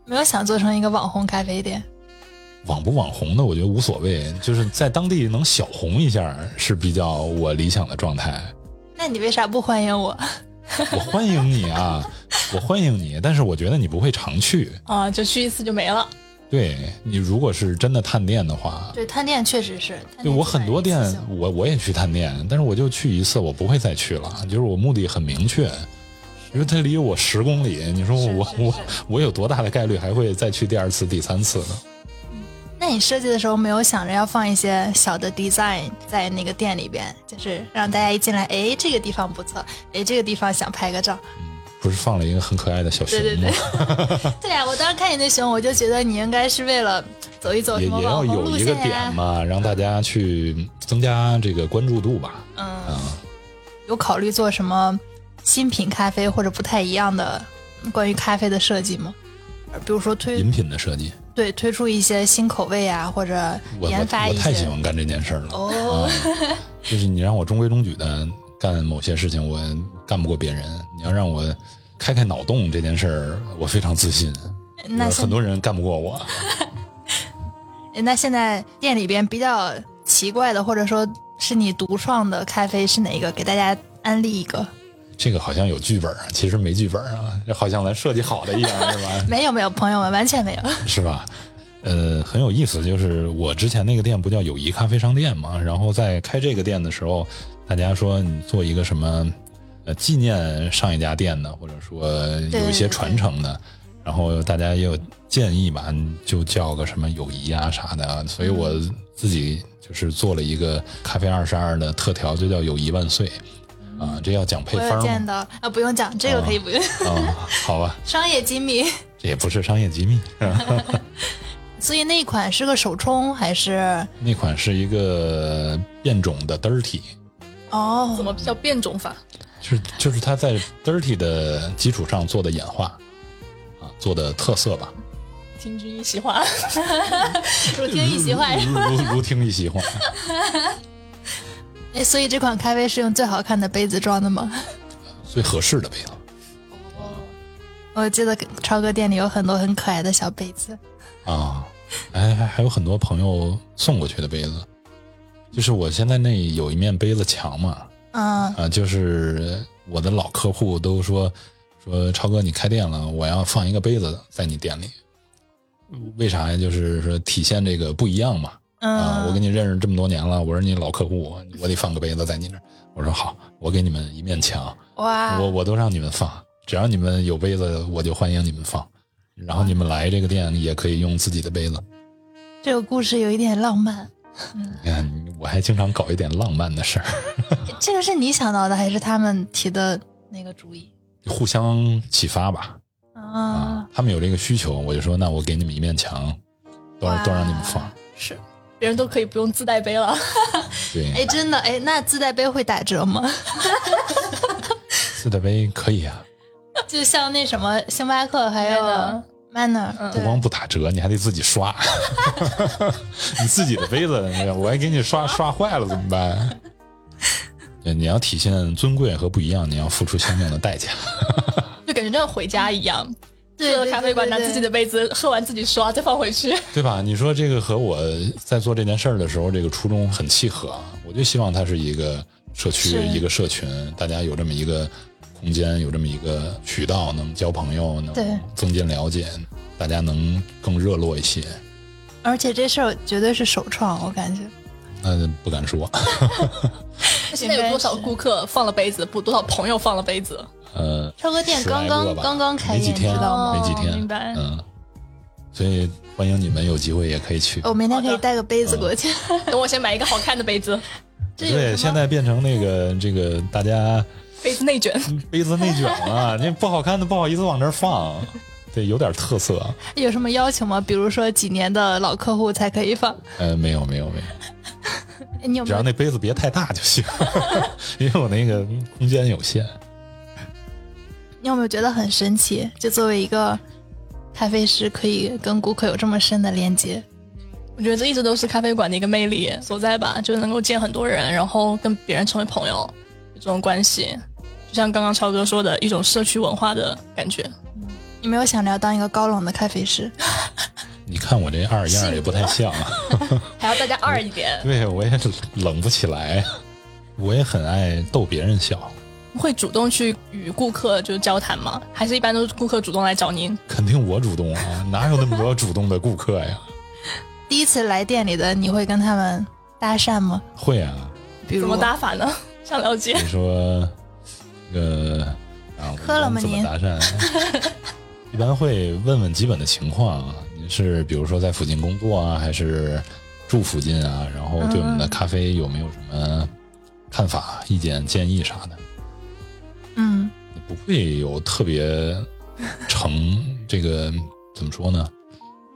B: 没有想做成一个网红咖啡店。
D: 网不网红的，我觉得无所谓，就是在当地能小红一下是比较我理想的状态。
B: 那你为啥不欢迎我？
D: 我欢迎你啊， 我欢迎你，但是我觉得你不会常去。
E: 啊、就去一次就没了。
D: 对你，如果是真的探店的话，
B: 对，探店确实是。探
D: 对
B: 店
D: 我
B: 基
D: 很
B: 本
D: 多
B: 一次
D: 店
B: 性，
D: 我我也去探店，但是我就去一次，我不会再去了，就是我目的很明确，因为它离我十公里，你说我我我我有多大的概率还会再去第二次、第三次呢？
B: 那你设计的时候没有想着要放一些小的 design 在那个店里边，就是让大家一进来，哎，这个地方不错，哎，这个地方想拍个照。
D: 不是放了一个很可爱的小熊
B: 对对
D: 吗？
B: 对呀、我当时看你那熊，我就觉得你应该是为了走一走
D: 也
B: 什么
D: 也
B: 网
D: 要
B: 红路
D: 有一个
B: 线
D: 点
B: 呀、
D: 嘛，让大家去增加这个关注度吧。
B: 嗯，有考虑做什么新品咖啡或者不太一样的关于咖啡的设计吗？呃比如说推
D: 饮品的设计，
B: 对推出一些新口味啊，或者
D: 我我
B: 研发
D: 我
B: 一
D: 太喜
B: 些
D: 欢干这件事儿了。啊
B: 哦，
D: 就是你让我中规中矩的干某些事情，我干不过别人；你要让我开开脑洞这件事儿，我非常自信。
B: 那
D: 呃
B: 现
D: 很多人干不过我。
B: 那现在店里边比较奇怪的，或者说是你独创的咖啡是哪一个？给大家安利一个。
D: 这个好像有剧本啊，其实没剧本啊，这好像咱设计好的一样，是吧？
B: 没有没有，朋友们完全没有。
D: 是吧？呃，很有意思，就是我之前那个店不叫友谊咖啡商店嘛，然后在开这个店的时候，大家说你做一个什么，呃，纪念上一家店的，或者说有一些传承的，然后大家也有建议吧，你就叫个什么友谊啊啥的，所以我
B: 嗯
D: 自己就是做了一个咖啡二十二的特调，就叫友谊万岁，啊、这要讲配
B: 我有
D: 方
B: 见
D: 吗？
B: 到啊，不用讲，这个可以不用，
D: 啊、好吧，
B: 商业机密。
D: 这也不是商业机密。
B: 所以那一款是个手冲还是？
D: 那款是一个变种的 dirty，
E: 怎
B: 哦，
E: 么叫变种法？
D: 就是就是它在 dirty 的基础上做的演化，啊，做的特色吧，
E: 听君一席话，
B: 我听一席话。
D: 如如如听一席话。
B: 哎，所以这款咖啡是用最好看的杯子装的吗？
D: 最合适的杯子
B: 我记得超哥店里有很多很可爱的小杯子。
D: 啊，哎，还还有很多朋友送过去的杯子，就是我现在那有一面杯子墙嘛，
B: 嗯，
D: 啊，就是我的老客户都说说超哥你开店了，我要放一个杯子在你店里，为啥呀？就是说体现这个不一样嘛。
B: 嗯
D: 啊，我跟你认识这么多年了，我是你老客户，我得放个杯子在你这儿。我说好，我给你们一面墙，
B: 哇，
D: 我我都让你们放，只要你们有杯子，我就欢迎你们放。然后你们来这个店也可以用自己的杯子。
B: 这个故事有一点浪漫。嗯
D: 你看，哎我还经常搞一点浪漫的事儿，
B: 这个是你想到的还是他们提的那个主意？
D: 互相启发吧。
B: 啊
D: 啊，，他们有这个需求，我就说那我给你们一面墙，都让都让你们放。
E: 是别人都可以不用自带杯了。
B: 哎，
D: 对，
B: 真的哎，那自带杯会打折吗？
D: 自带杯可以啊，
B: 就像那什么星巴克还有
E: Manner
B: Manner，
D: 不
B: 对，
D: 光不打折，你还得自己 刷。 你自己的杯子，我还给你刷刷坏了怎么办？ 对你要体现尊贵和不一样，你要付出相应的代价。
E: 就感觉像回家一样，
B: 对
E: 去了
B: 对
E: 咖啡馆
B: 对
E: 拿
B: 对
E: 自己的杯子，喝完自己刷，再放回去。
D: 对吧？你说这个和我在做这件事儿的时候，这个初衷很契合啊。我就希望它是一个社区
B: 是、
D: 一个社群，大家有这么一个空间，有这么一个渠道，能交朋友，能
B: 对
D: 增进了解，大家能更热络一些。
B: 而且这事儿绝对是首创，我感觉。
D: 那不敢说，
E: 现在有多少顾客放了杯子？不，多少朋友放了杯子？
D: 呃，
B: 超哥店
D: 十
B: 刚
D: 来个
B: 刚
D: 吧
B: 刚刚开
D: 没几
B: 业，你
D: 天，
B: 知道吗？
D: 没几
E: 哦明
D: 天，
E: 白
D: 嗯。所以欢迎你们有机会也可以去。
B: 我明天可以带个杯子过去。
E: 等我先买一个好看的杯子，
B: 这有什
D: 对，
B: 么
D: 现在变成那个这个大家
E: 杯子内卷。
D: 杯子内卷 了，那不好看的不好意思往这儿放，对，有点特色。
B: 有什么要求吗？比如说几年的老客户才可以放？
D: 呃，没有没有没有，
B: 哎你有没
D: 只要
B: 有？
D: 那杯子别太大就 行，因为我那个空间有限。
B: 你有没有觉得很神奇？就作为一个咖啡师，可以跟顾客有这么深的连接？
E: 我觉得这一直都是咖啡馆的一个魅力所在吧，就是能够见很多人，然后跟别人成为朋友，这种关系，就像刚刚超哥说的一种社区文化的感觉。
B: 你没有想着要当一个高冷的咖啡师？
D: 你看我这二样儿也不太像，
E: 还要大家二一点，
D: 对我也冷不起来。我也很爱逗别人笑，
E: 会主动去与顾客就是交谈吗？还是一般都是顾客主动来找 您？
D: 肯定我主动啊，哪有那么多主动的顾客呀？
B: 第一次来店里的，你会跟他们搭讪吗？
D: 会啊，
B: 比如
E: 怎么搭法呢？ 想了解
D: 你说那个啊，
B: 喝了吗
D: 我们怎么
B: 您
D: 搭讪？ 一般会问问基本的情况，您是比如说在附近工作啊，还是住附近啊？然后对我们的咖啡有没有什么看法、意见、建议啥的？
B: 嗯，
D: 不会有特别成这个怎么说呢？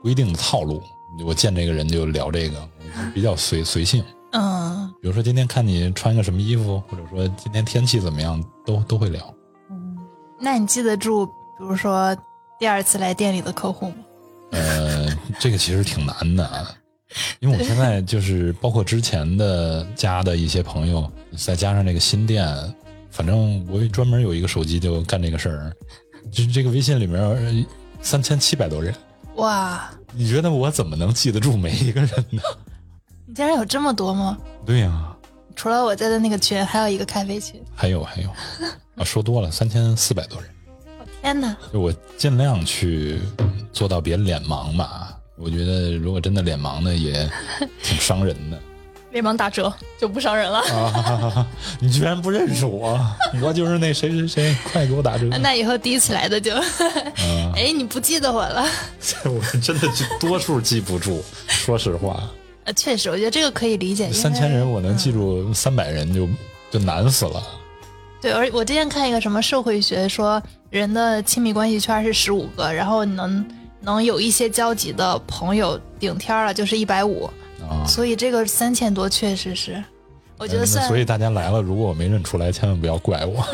D: 规定的套路，我见这个人就聊这个，比较随随性。
B: 嗯，
D: 比如说今天看你穿个什么衣服，或者说今天天气怎么样，都都会聊。
B: 那你记得住，比如说第二次来店里的客户吗？
D: 呃， 这个其实挺难的，啊，因为我现在就是包括之前的家的一些朋友，再加上这个新店，反正我专门有一个手机就干这个事儿。这这个微信里面呃三千七百多人，
B: 哇，
D: 你觉得我怎么能记得住每一个人呢？
B: 你竟然有这么多吗？
D: 对呀、
B: 除了我在的那个群，还有一个咖啡群。
D: 还有还有，啊，说多了，三千四百多人。
B: 天哪，
D: 就我尽量去做到别脸盲吧。我觉得如果真的脸盲呢，也挺伤人 的。
E: 连忙打折就不伤人了。
D: 啊！你居然不认识我，我就是那谁谁谁，快给我打折！
B: 那以后第一次来的就，
D: 嗯
B: 哎，你不记得我了？
D: 我真的就多数记不 住，说实话，
B: 呃，确实，我觉得这个可以理解。因为
D: 三千人我能记住三百人就就难死了。
B: 对，而我之前看一个什么社会学说，人的亲密关系圈是十五个，然后能能有一些交集的朋友顶天儿了就是一百五，
D: 啊，
B: 所以这个三千多确实是，我觉得算
D: 嗯所以大家来了，如果我没认出来，千万不要怪 我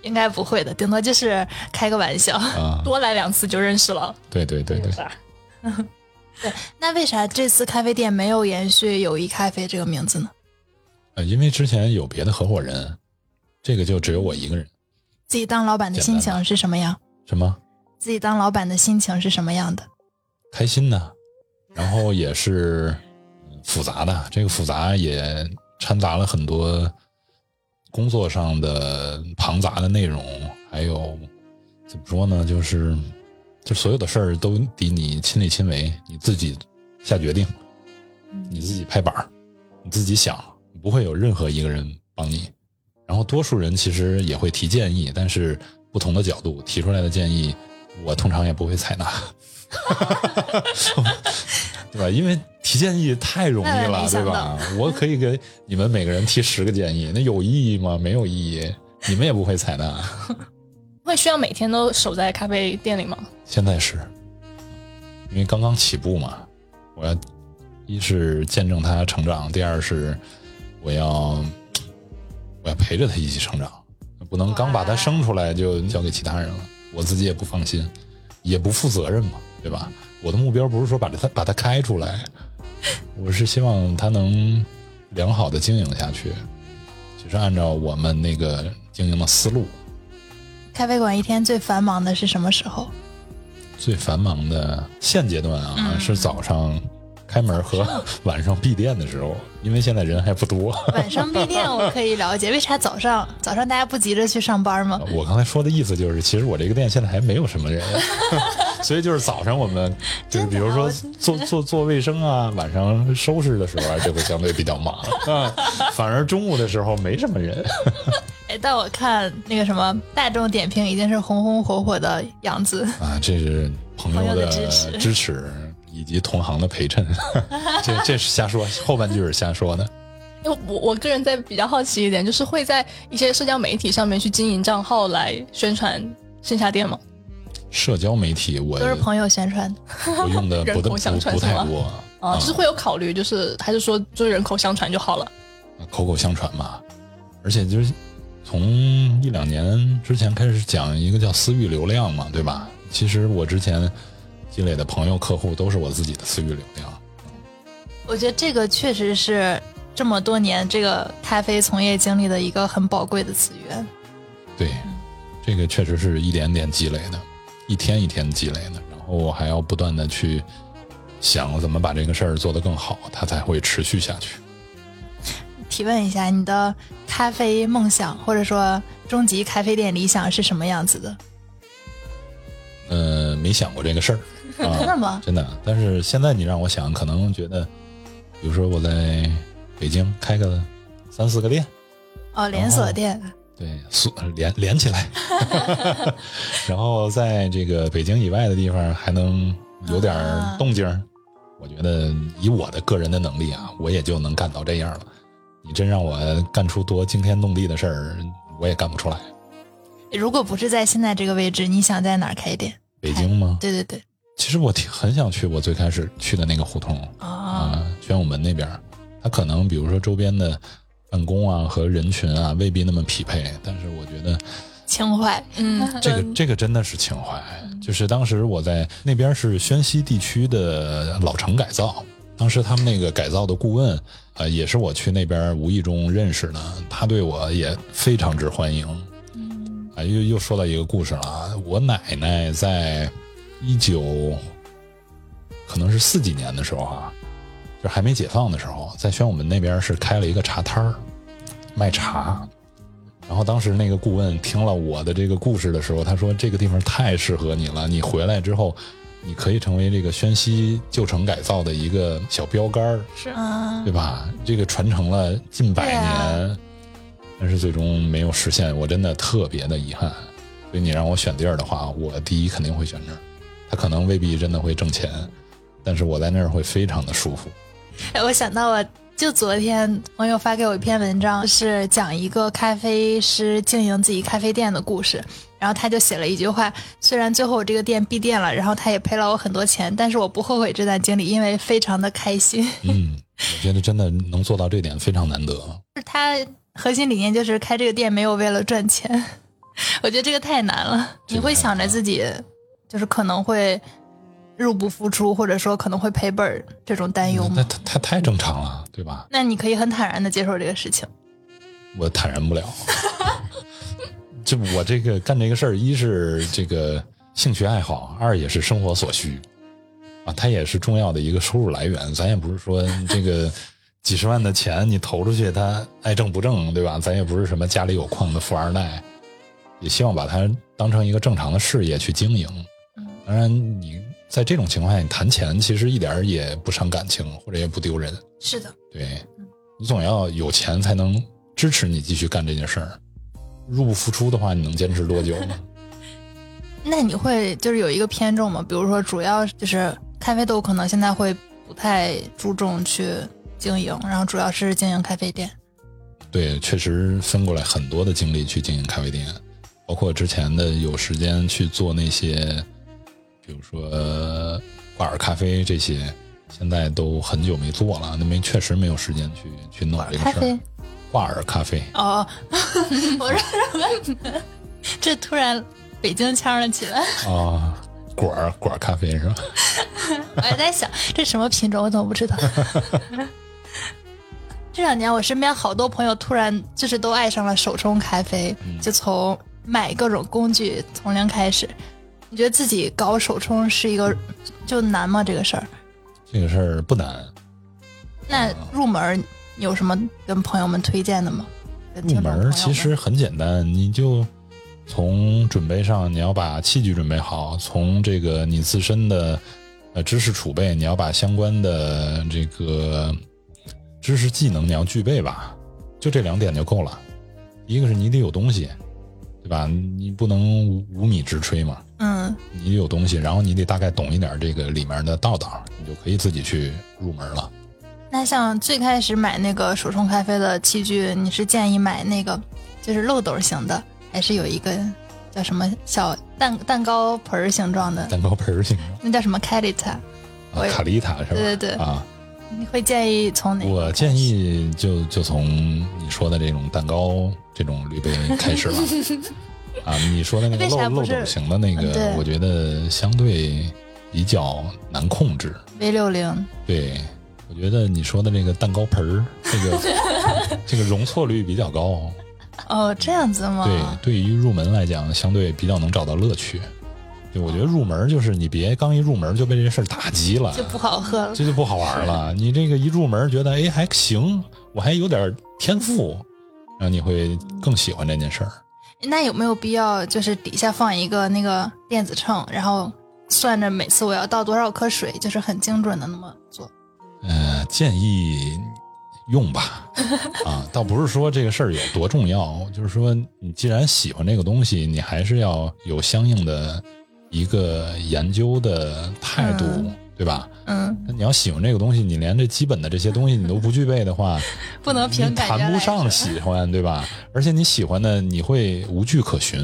B: 应该不会的，顶多就是开个玩笑。
D: 啊！
E: 多来两次就认识了，
D: 对对对对，
E: 吧？
B: 那为啥这次咖啡店没有延续“友谊咖啡”这个名字呢？
D: 呃，因为之前有别的合伙人，这个就只有我一个人。
B: 自己当老板的心情是什么样？
D: 什么
B: 自己当老板的心情是什么样的？
D: 开心的，然后也是嗯复杂的，这个复杂也掺杂了很多工作上的庞杂的内容，还有怎么说呢，就是就所有的事儿都得你亲力亲为，你自己下决定，你自己拍板儿，你自己想，不会有任何一个人帮你。然后多数人其实也会提建议，但是不同的角度提出来的建议，我通常也不会 采纳，对吧？因为提建议太容易
B: 万万
D: 了，
B: 没
D: 对
B: 想
D: 吧
B: 到？
D: 我可以给你们每个人提十个建议，那有意义吗？没有意义，你们也不会采纳。
E: 会需要每天都守在咖啡店里吗？
D: 现在是，因为刚刚起步嘛，我要一是见证他成长，第二是我要我要陪着他一起成长，不能刚把他生出来就交给其他人了，我自己也不放心，也不负责任嘛，对吧？我的目标不是说把他把他开出来，我是希望他能良好的经营下去，就是按照我们那个经营的思路。
B: 咖啡馆一天最繁忙的是什么时候？
D: 最繁忙的现阶段啊，
B: 嗯
D: 是早上开 门和晚上闭店的时候，因为现在人还不多。
B: 晚上闭店我可以了解，为啥早上早上大家不急着去上班吗？
D: 我刚才说的意思就是，其实我这个店现在还没有什么人， 所以就是早上我 们就是比如
B: 啊
D: 说做做做卫生啊，晚上收拾的时候啊，就会相对比较 忙啊，反而中午的时候没什么人。
B: 哎，但我看那个什么大众点评已经是红红火火的样子，
D: 啊，这是朋友
B: 朋友
D: 的
B: 的支持
D: 支持以及同行的陪衬， 这这是瞎说，后半句是瞎说的。
E: 因为我我个人在比较好奇一点，就是会在一些社交媒体上面去经营账号来宣传线下店吗？
D: 社交媒体我
B: 都是朋友宣传的。
D: 我用的不
E: 人
D: 不
E: 口相
D: 不
E: 传
D: 不
E: 是
D: 太
E: 吗
D: 多
E: 啊，就是会有考虑，就是还是说就是人口相传就好了。
D: 呃口口相传嘛。而且就是从一两年之前开始讲一个叫私域流量嘛，对吧？其实我之前积累的朋友、客户都是我自己的私域流量。
B: 我觉得这个确实是这么多年这个咖啡从业经历的一个很宝贵的资源。
D: 对，
E: 嗯
D: 这个确实是一点点积累的，一天一天积累的，然后我还要不断的去想怎么把这个事儿做得更好，它才会持续下去。
B: 提问一下，你的咖啡梦想或者说终极咖啡店理想是什么样子的？
D: 呃，没想过这个事儿，啊、
B: 真的吗？
D: 真的。但是现在你让我想，可能觉得，比如说我在北京开个三四个店，
B: 哦，连锁店，
D: 对，所连连起来， 然后在这个北京以外的地方还能有点儿动静儿，我觉得以我的个人的能力啊，我也就能干到这样了。你真让我干出多惊天动地的事儿，我也干不出来。
B: 如果不是在现在这个位置，你想在哪儿开店？
D: 北京吗？
B: 对对对，
D: 其实我挺很想去我最开始去的那个胡同
B: 哦，
D: 啊，宣武门那边儿，它可能比如说周边的办公啊和人群啊未必那么匹配，但是我觉得
B: 情怀，
E: 嗯，
D: 这个
E: 嗯
D: 这个真的是情怀，就是当时我在那边是宣西地区的老城改造，当时他们那个改造的顾问，呃，也是我去那边无意中认识的，他对我也非常之欢迎。啊，又又说到一个故事了啊，我奶奶在一九可能是四几年的时候啊，就还没解放的时候，在宣武门那边是开了一个茶摊儿，卖茶。然后当时那个顾问听了我的这个故事的时候，他说这个地方太适合你了，你回来之后，你可以成为这个宣西旧城改造的一个小标杆儿，
E: 是
B: 嗯
D: 对，吧？这个传承了近百
B: 对啊
D: 年，但是最终没有实现，我真的特别的遗憾。所以你让我选地儿的话，我第一肯定会选这儿，它可能未必真的会挣钱，但是我在那儿会非常的舒服。
B: 哎， 我想到我就昨天朋友发给我一篇文章，是讲一个咖啡师经营自己咖啡店的故事。然后他就写了一句话：虽然最后我这个店闭店了，然后他也赔了我很多钱，但是我不后悔这段经历，因为非常的开心。
D: 嗯，我觉得真的能做到这点非常难得。
B: 他核心理念就是开这个店没有为了赚钱， 我觉得这个太难了。
D: 这个
B: 你会
D: 太
B: 想着
D: 难了
B: 自己就是可能会入不敷出，或者说可能会赔本儿这种担忧
D: 那
B: 吗？
D: 它它太正常了，对吧？
B: 那你可以很坦然的接受这个事情。
D: 我坦然不了。 这我这个干这个事儿，一是这个兴趣爱好，二也是生活所需啊，它也是重要的一个收入来源。咱也不是说这个几十万的钱你投出去，它爱挣不挣，对吧？咱也不是什么家里有矿的富二代，也希望把它当成一个正常的事业去经营。当然，你在这种情况下，你谈钱其实一点儿也不伤感情，或者也不丢人。
B: 是的，
D: 对，你总要有钱才能支持你继续干这件事儿。入不敷出的话，你能坚持多久呢？
B: 那你会就是有一个偏重吗？比如说，主要就是咖啡豆可能现在会不太注重去经营，然后主要是经营咖啡店。
D: 对，确实分过来很多的精力去经营咖啡店，包括之前的有时间去做那些，比如说挂耳咖啡这些，现在都很久没做了，那没确实没有时间去去弄这个
B: 咖
D: 事
B: 啡
D: 儿。挂耳咖啡，
B: 哦，我说什么？ 这突然北京腔了起来。
D: 啊，果儿果儿咖啡是吧？
B: 我还哎在想这什么品种，我怎么不知道？ 这两年我身边好多朋友突然就是都爱上了手冲咖啡，就从买各种工具从零开始。你觉得自己搞手冲是一个就难吗？这个事儿？
D: 这个事儿不难，
B: 那
D: 啊
B: 入门儿有什么跟朋友们推荐的吗？跟
D: 入
B: 听众
D: 门
B: 朋友们
D: 儿其实很简单，你就从准备上，你要把器具准备好，从这个你自身的呃知识储备，你要把相关的这个知识技能你要具备吧，就这两点就够了。一个是你得有东西，对吧？你不能无无米之炊嘛，
B: 嗯，
D: 你得有东西，然后你得大概懂一点这个里面的道道，你就可以自己去入门了。
B: 那像最开始买那个手冲咖啡的器具，你是建议买那个就是漏斗型的，还是有一个叫什么小蛋蛋糕盆儿形状的？
D: 蛋糕盆儿型的
B: 那叫什么 c a l i t a
D: 啊
B: 我也
D: 卡丽塔是吧？
B: 对对对
D: 啊。
B: 你会建议从哪个？
D: 我建议就就从你说的这种蛋糕这种滤杯 开始吧。啊，你说的那个
B: 为啥
D: 漏
B: 不
D: 漏
B: 是
D: 斗型的那
B: 嗯对
D: 个，我觉得相对比较难控制。
B: V 六零，
D: 对，我觉得你说的这个蛋糕盆儿，这 个这个容错率比较高。
B: 哦，这样子吗？
D: 对，对于入门来讲，相对比较能找到乐趣。对，我觉得入门就是你别刚一入门就被这事儿打击了，
B: 就不好喝 了。
D: 这就不好玩了。你这个一入门觉得哎还行，我还有点天赋，然后你会更喜欢这件事儿。
B: 那有没有必要就是底下放一个那个电子秤，然后算着每次我要倒多少克水，就是很精准的那么做？
D: 呃，建议用吧，啊，倒不是说这个事儿有多重要，就是说你既然喜欢这个东西，你还是要有相应的一个研究的态度，
B: 嗯
D: 对吧？
B: 嗯，
D: 那你要喜欢这个东西，你连这基本的这些东西你都不具备的话，
B: 不能
D: 你谈不上喜欢，对吧？而且你喜欢的，你会无据可循，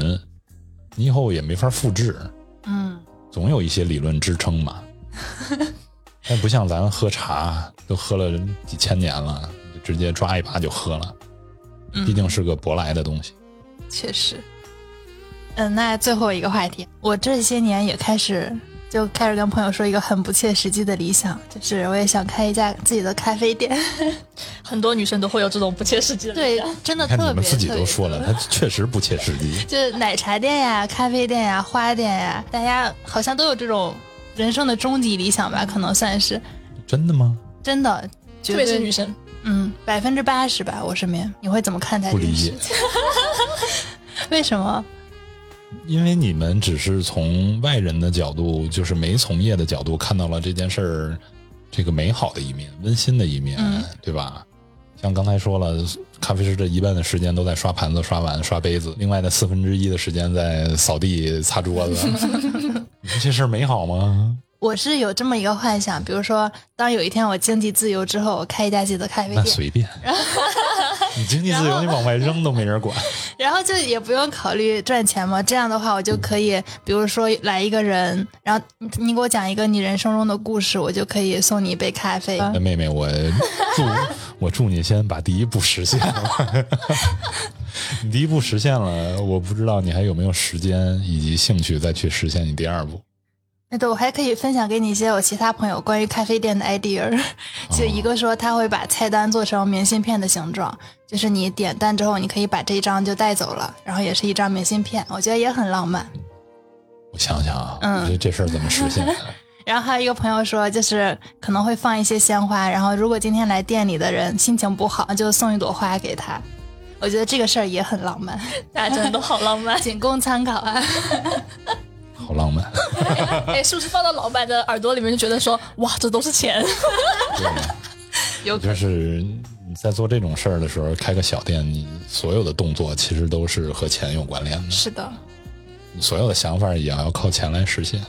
D: 你以后也没法复制，
B: 嗯，
D: 总有一些理论支撑 嘛。但不像咱喝茶，都喝了几千年了，就直接抓一把就喝了，
B: 嗯
D: 毕竟是个舶来的东西。
B: 确实。嗯，那最后一个话题，我这些年也开始就开始跟朋友说一个很不切实际的理想，就是我也想开一家自己的咖啡店。
E: 很多女生都会有这种不切实际的理
B: 对
E: 想。，
B: 真的
D: 你看
B: 特
D: 你们
B: 别
D: 自己
B: 特
D: 都
B: 别
D: 说了，它确实不切实际。
B: 就是奶茶店呀、咖啡店呀、花店呀，大家好像都有这种人生的终极理想吧？可能算是
D: 真的吗？
B: 真的，绝
E: 特别
B: 对
E: 是女生，
B: 嗯，百分之八十吧，我身边。你会怎么看待
D: 不
B: 这个
D: 理
B: 事
D: 解
B: 情？，为什么？
D: 因为你们只是从外人的角度，就是没从业的角度，看到了这件事儿这个美好的一面、温馨的一面，
B: 嗯
D: 对吧？像刚才说了，咖啡师这一半的时间都在刷盘子、刷碗、刷杯子，另外的四分之一的时间在扫地、擦桌子。你说这事儿美好吗？
B: 我是有这么一个幻想，比如说，当有一天我经济自由之后，我开一家自己的咖啡
D: 那
B: 店，
D: 随便，你经济自由，你往外扔都没人管。
B: 然后就也不用考虑赚钱嘛。这样的话，我就可以，比如说来一个人，然后你你给我讲一个你人生中的故事，我就可以送你一杯咖啡。
D: 那妹妹，我祝我祝你先把第一步实现了。 你第一步实现了，我不知道你还有没有时间以及兴趣再去实现你第二步。
B: 那对，我还可以分享给你一些我其他朋友关于咖啡店的 idea。就一个说他会把菜单做成明信片的形状，就是你点单之后，你可以把这一张就带走了，然后也是一张明信片，我觉得也很浪漫。
D: 我想想啊，
B: 嗯
D: 我觉得这事儿怎么实 现？
B: 然后还有一个朋友说，就是可能会放一些鲜花，然后如果今天来店里的人心情不好，就送一朵花给他。我觉得这个事儿也很浪漫，。
E: 大家真的都好浪 漫
B: 仅供参考啊。
D: 好浪漫，
E: 哎，是不是放到老板的耳朵里面就觉得说，哇，这都是钱？
B: 有可
D: 就是你在做这种事儿的时候，开个小店，你所有的动作其实都是和钱有关联的，
B: 是的，
D: 你所有的想法也要靠钱来实现。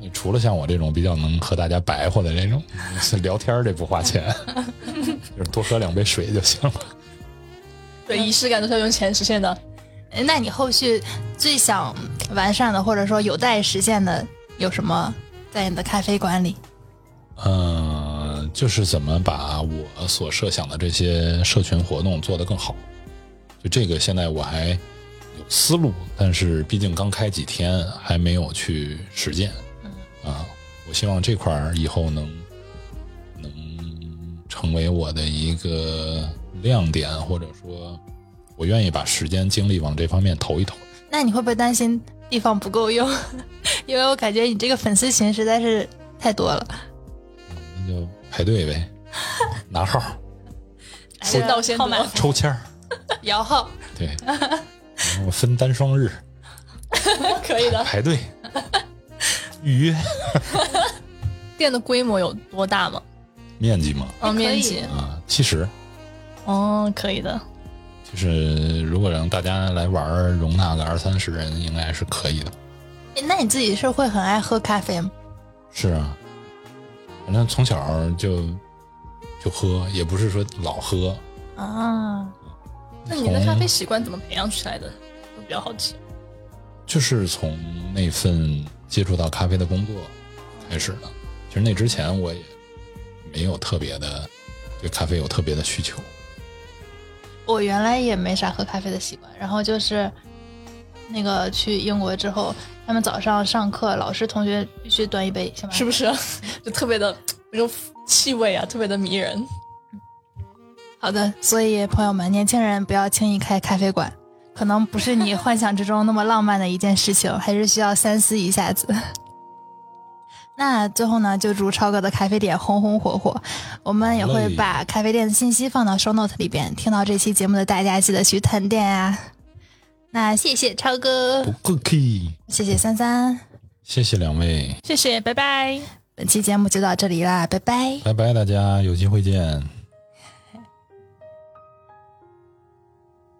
D: 你除了像我这种比较能和大家白活的这种， 聊天儿这不花钱， 就是多喝两杯水就行了。
E: 对，仪式感都是要用钱实现的。
B: 哎那你后续最想完善的，或者说有待实现的，有什么在你的咖啡馆里？
D: 嗯，就是怎么把我所设想的这些社群活动做得更好。就这个，现在我还有思路，但是毕竟刚开几天，还没有去实践。啊，我希望这块儿以后能能成为我的一个亮点，或者说，我愿意把时间精力往这方面投一投。
B: 那你会不会担心地方不够用？ 因为我感觉你这个粉丝群实在是太多了。
D: 那就排队呗，拿号儿
E: 先到先
B: 好
E: 得
B: 麻烦，
D: 抽签儿，
B: 摇号。
D: 对，然后分单双日。
E: 可 以的。
D: 排队预约
E: 店的规模有多大吗？
D: 面积嘛
E: 哦，
B: 可以
E: 面积。
D: 啊，其实
E: 哦，可以的。
D: 就是如果让大家来玩儿，容纳个二三十人应该是可以的。
B: 诶那你自己是会很爱喝咖啡吗？
D: 是啊，反正从小就就喝，也不是说老喝。
B: 啊，
E: 那你的咖啡
D: 从
E: 习惯怎么培养出来的？我比较好奇。
D: 就是从那份接触到咖啡的工作开始的。其实那之前我也没有特别的对咖啡有特别的需求。
B: 我原来也没啥喝咖啡的习惯，然后就是那个去英国之后，他们早上上课，老师同学必须端一杯，是吗？
E: 是不是？ 就特别的那种气味啊，特别的迷人。
B: 好的，所以朋友们，年轻人不要轻易开咖啡馆，可能不是你幻想之中那么浪漫的一件事情，还是需要三思一下子。 那最后呢，就祝超哥的咖啡店红红火火。我们也会
D: 好嘞
B: 把咖啡店的信息放到 show note 里边。听到这期节目的大家，记得去探店啊。那谢谢超哥
D: 不，过可以，
B: 谢谢三三。
D: 谢谢两位，
E: 谢谢，拜拜。
B: 本期节目就到这里啦，拜拜。
D: 拜拜，大家有机会见。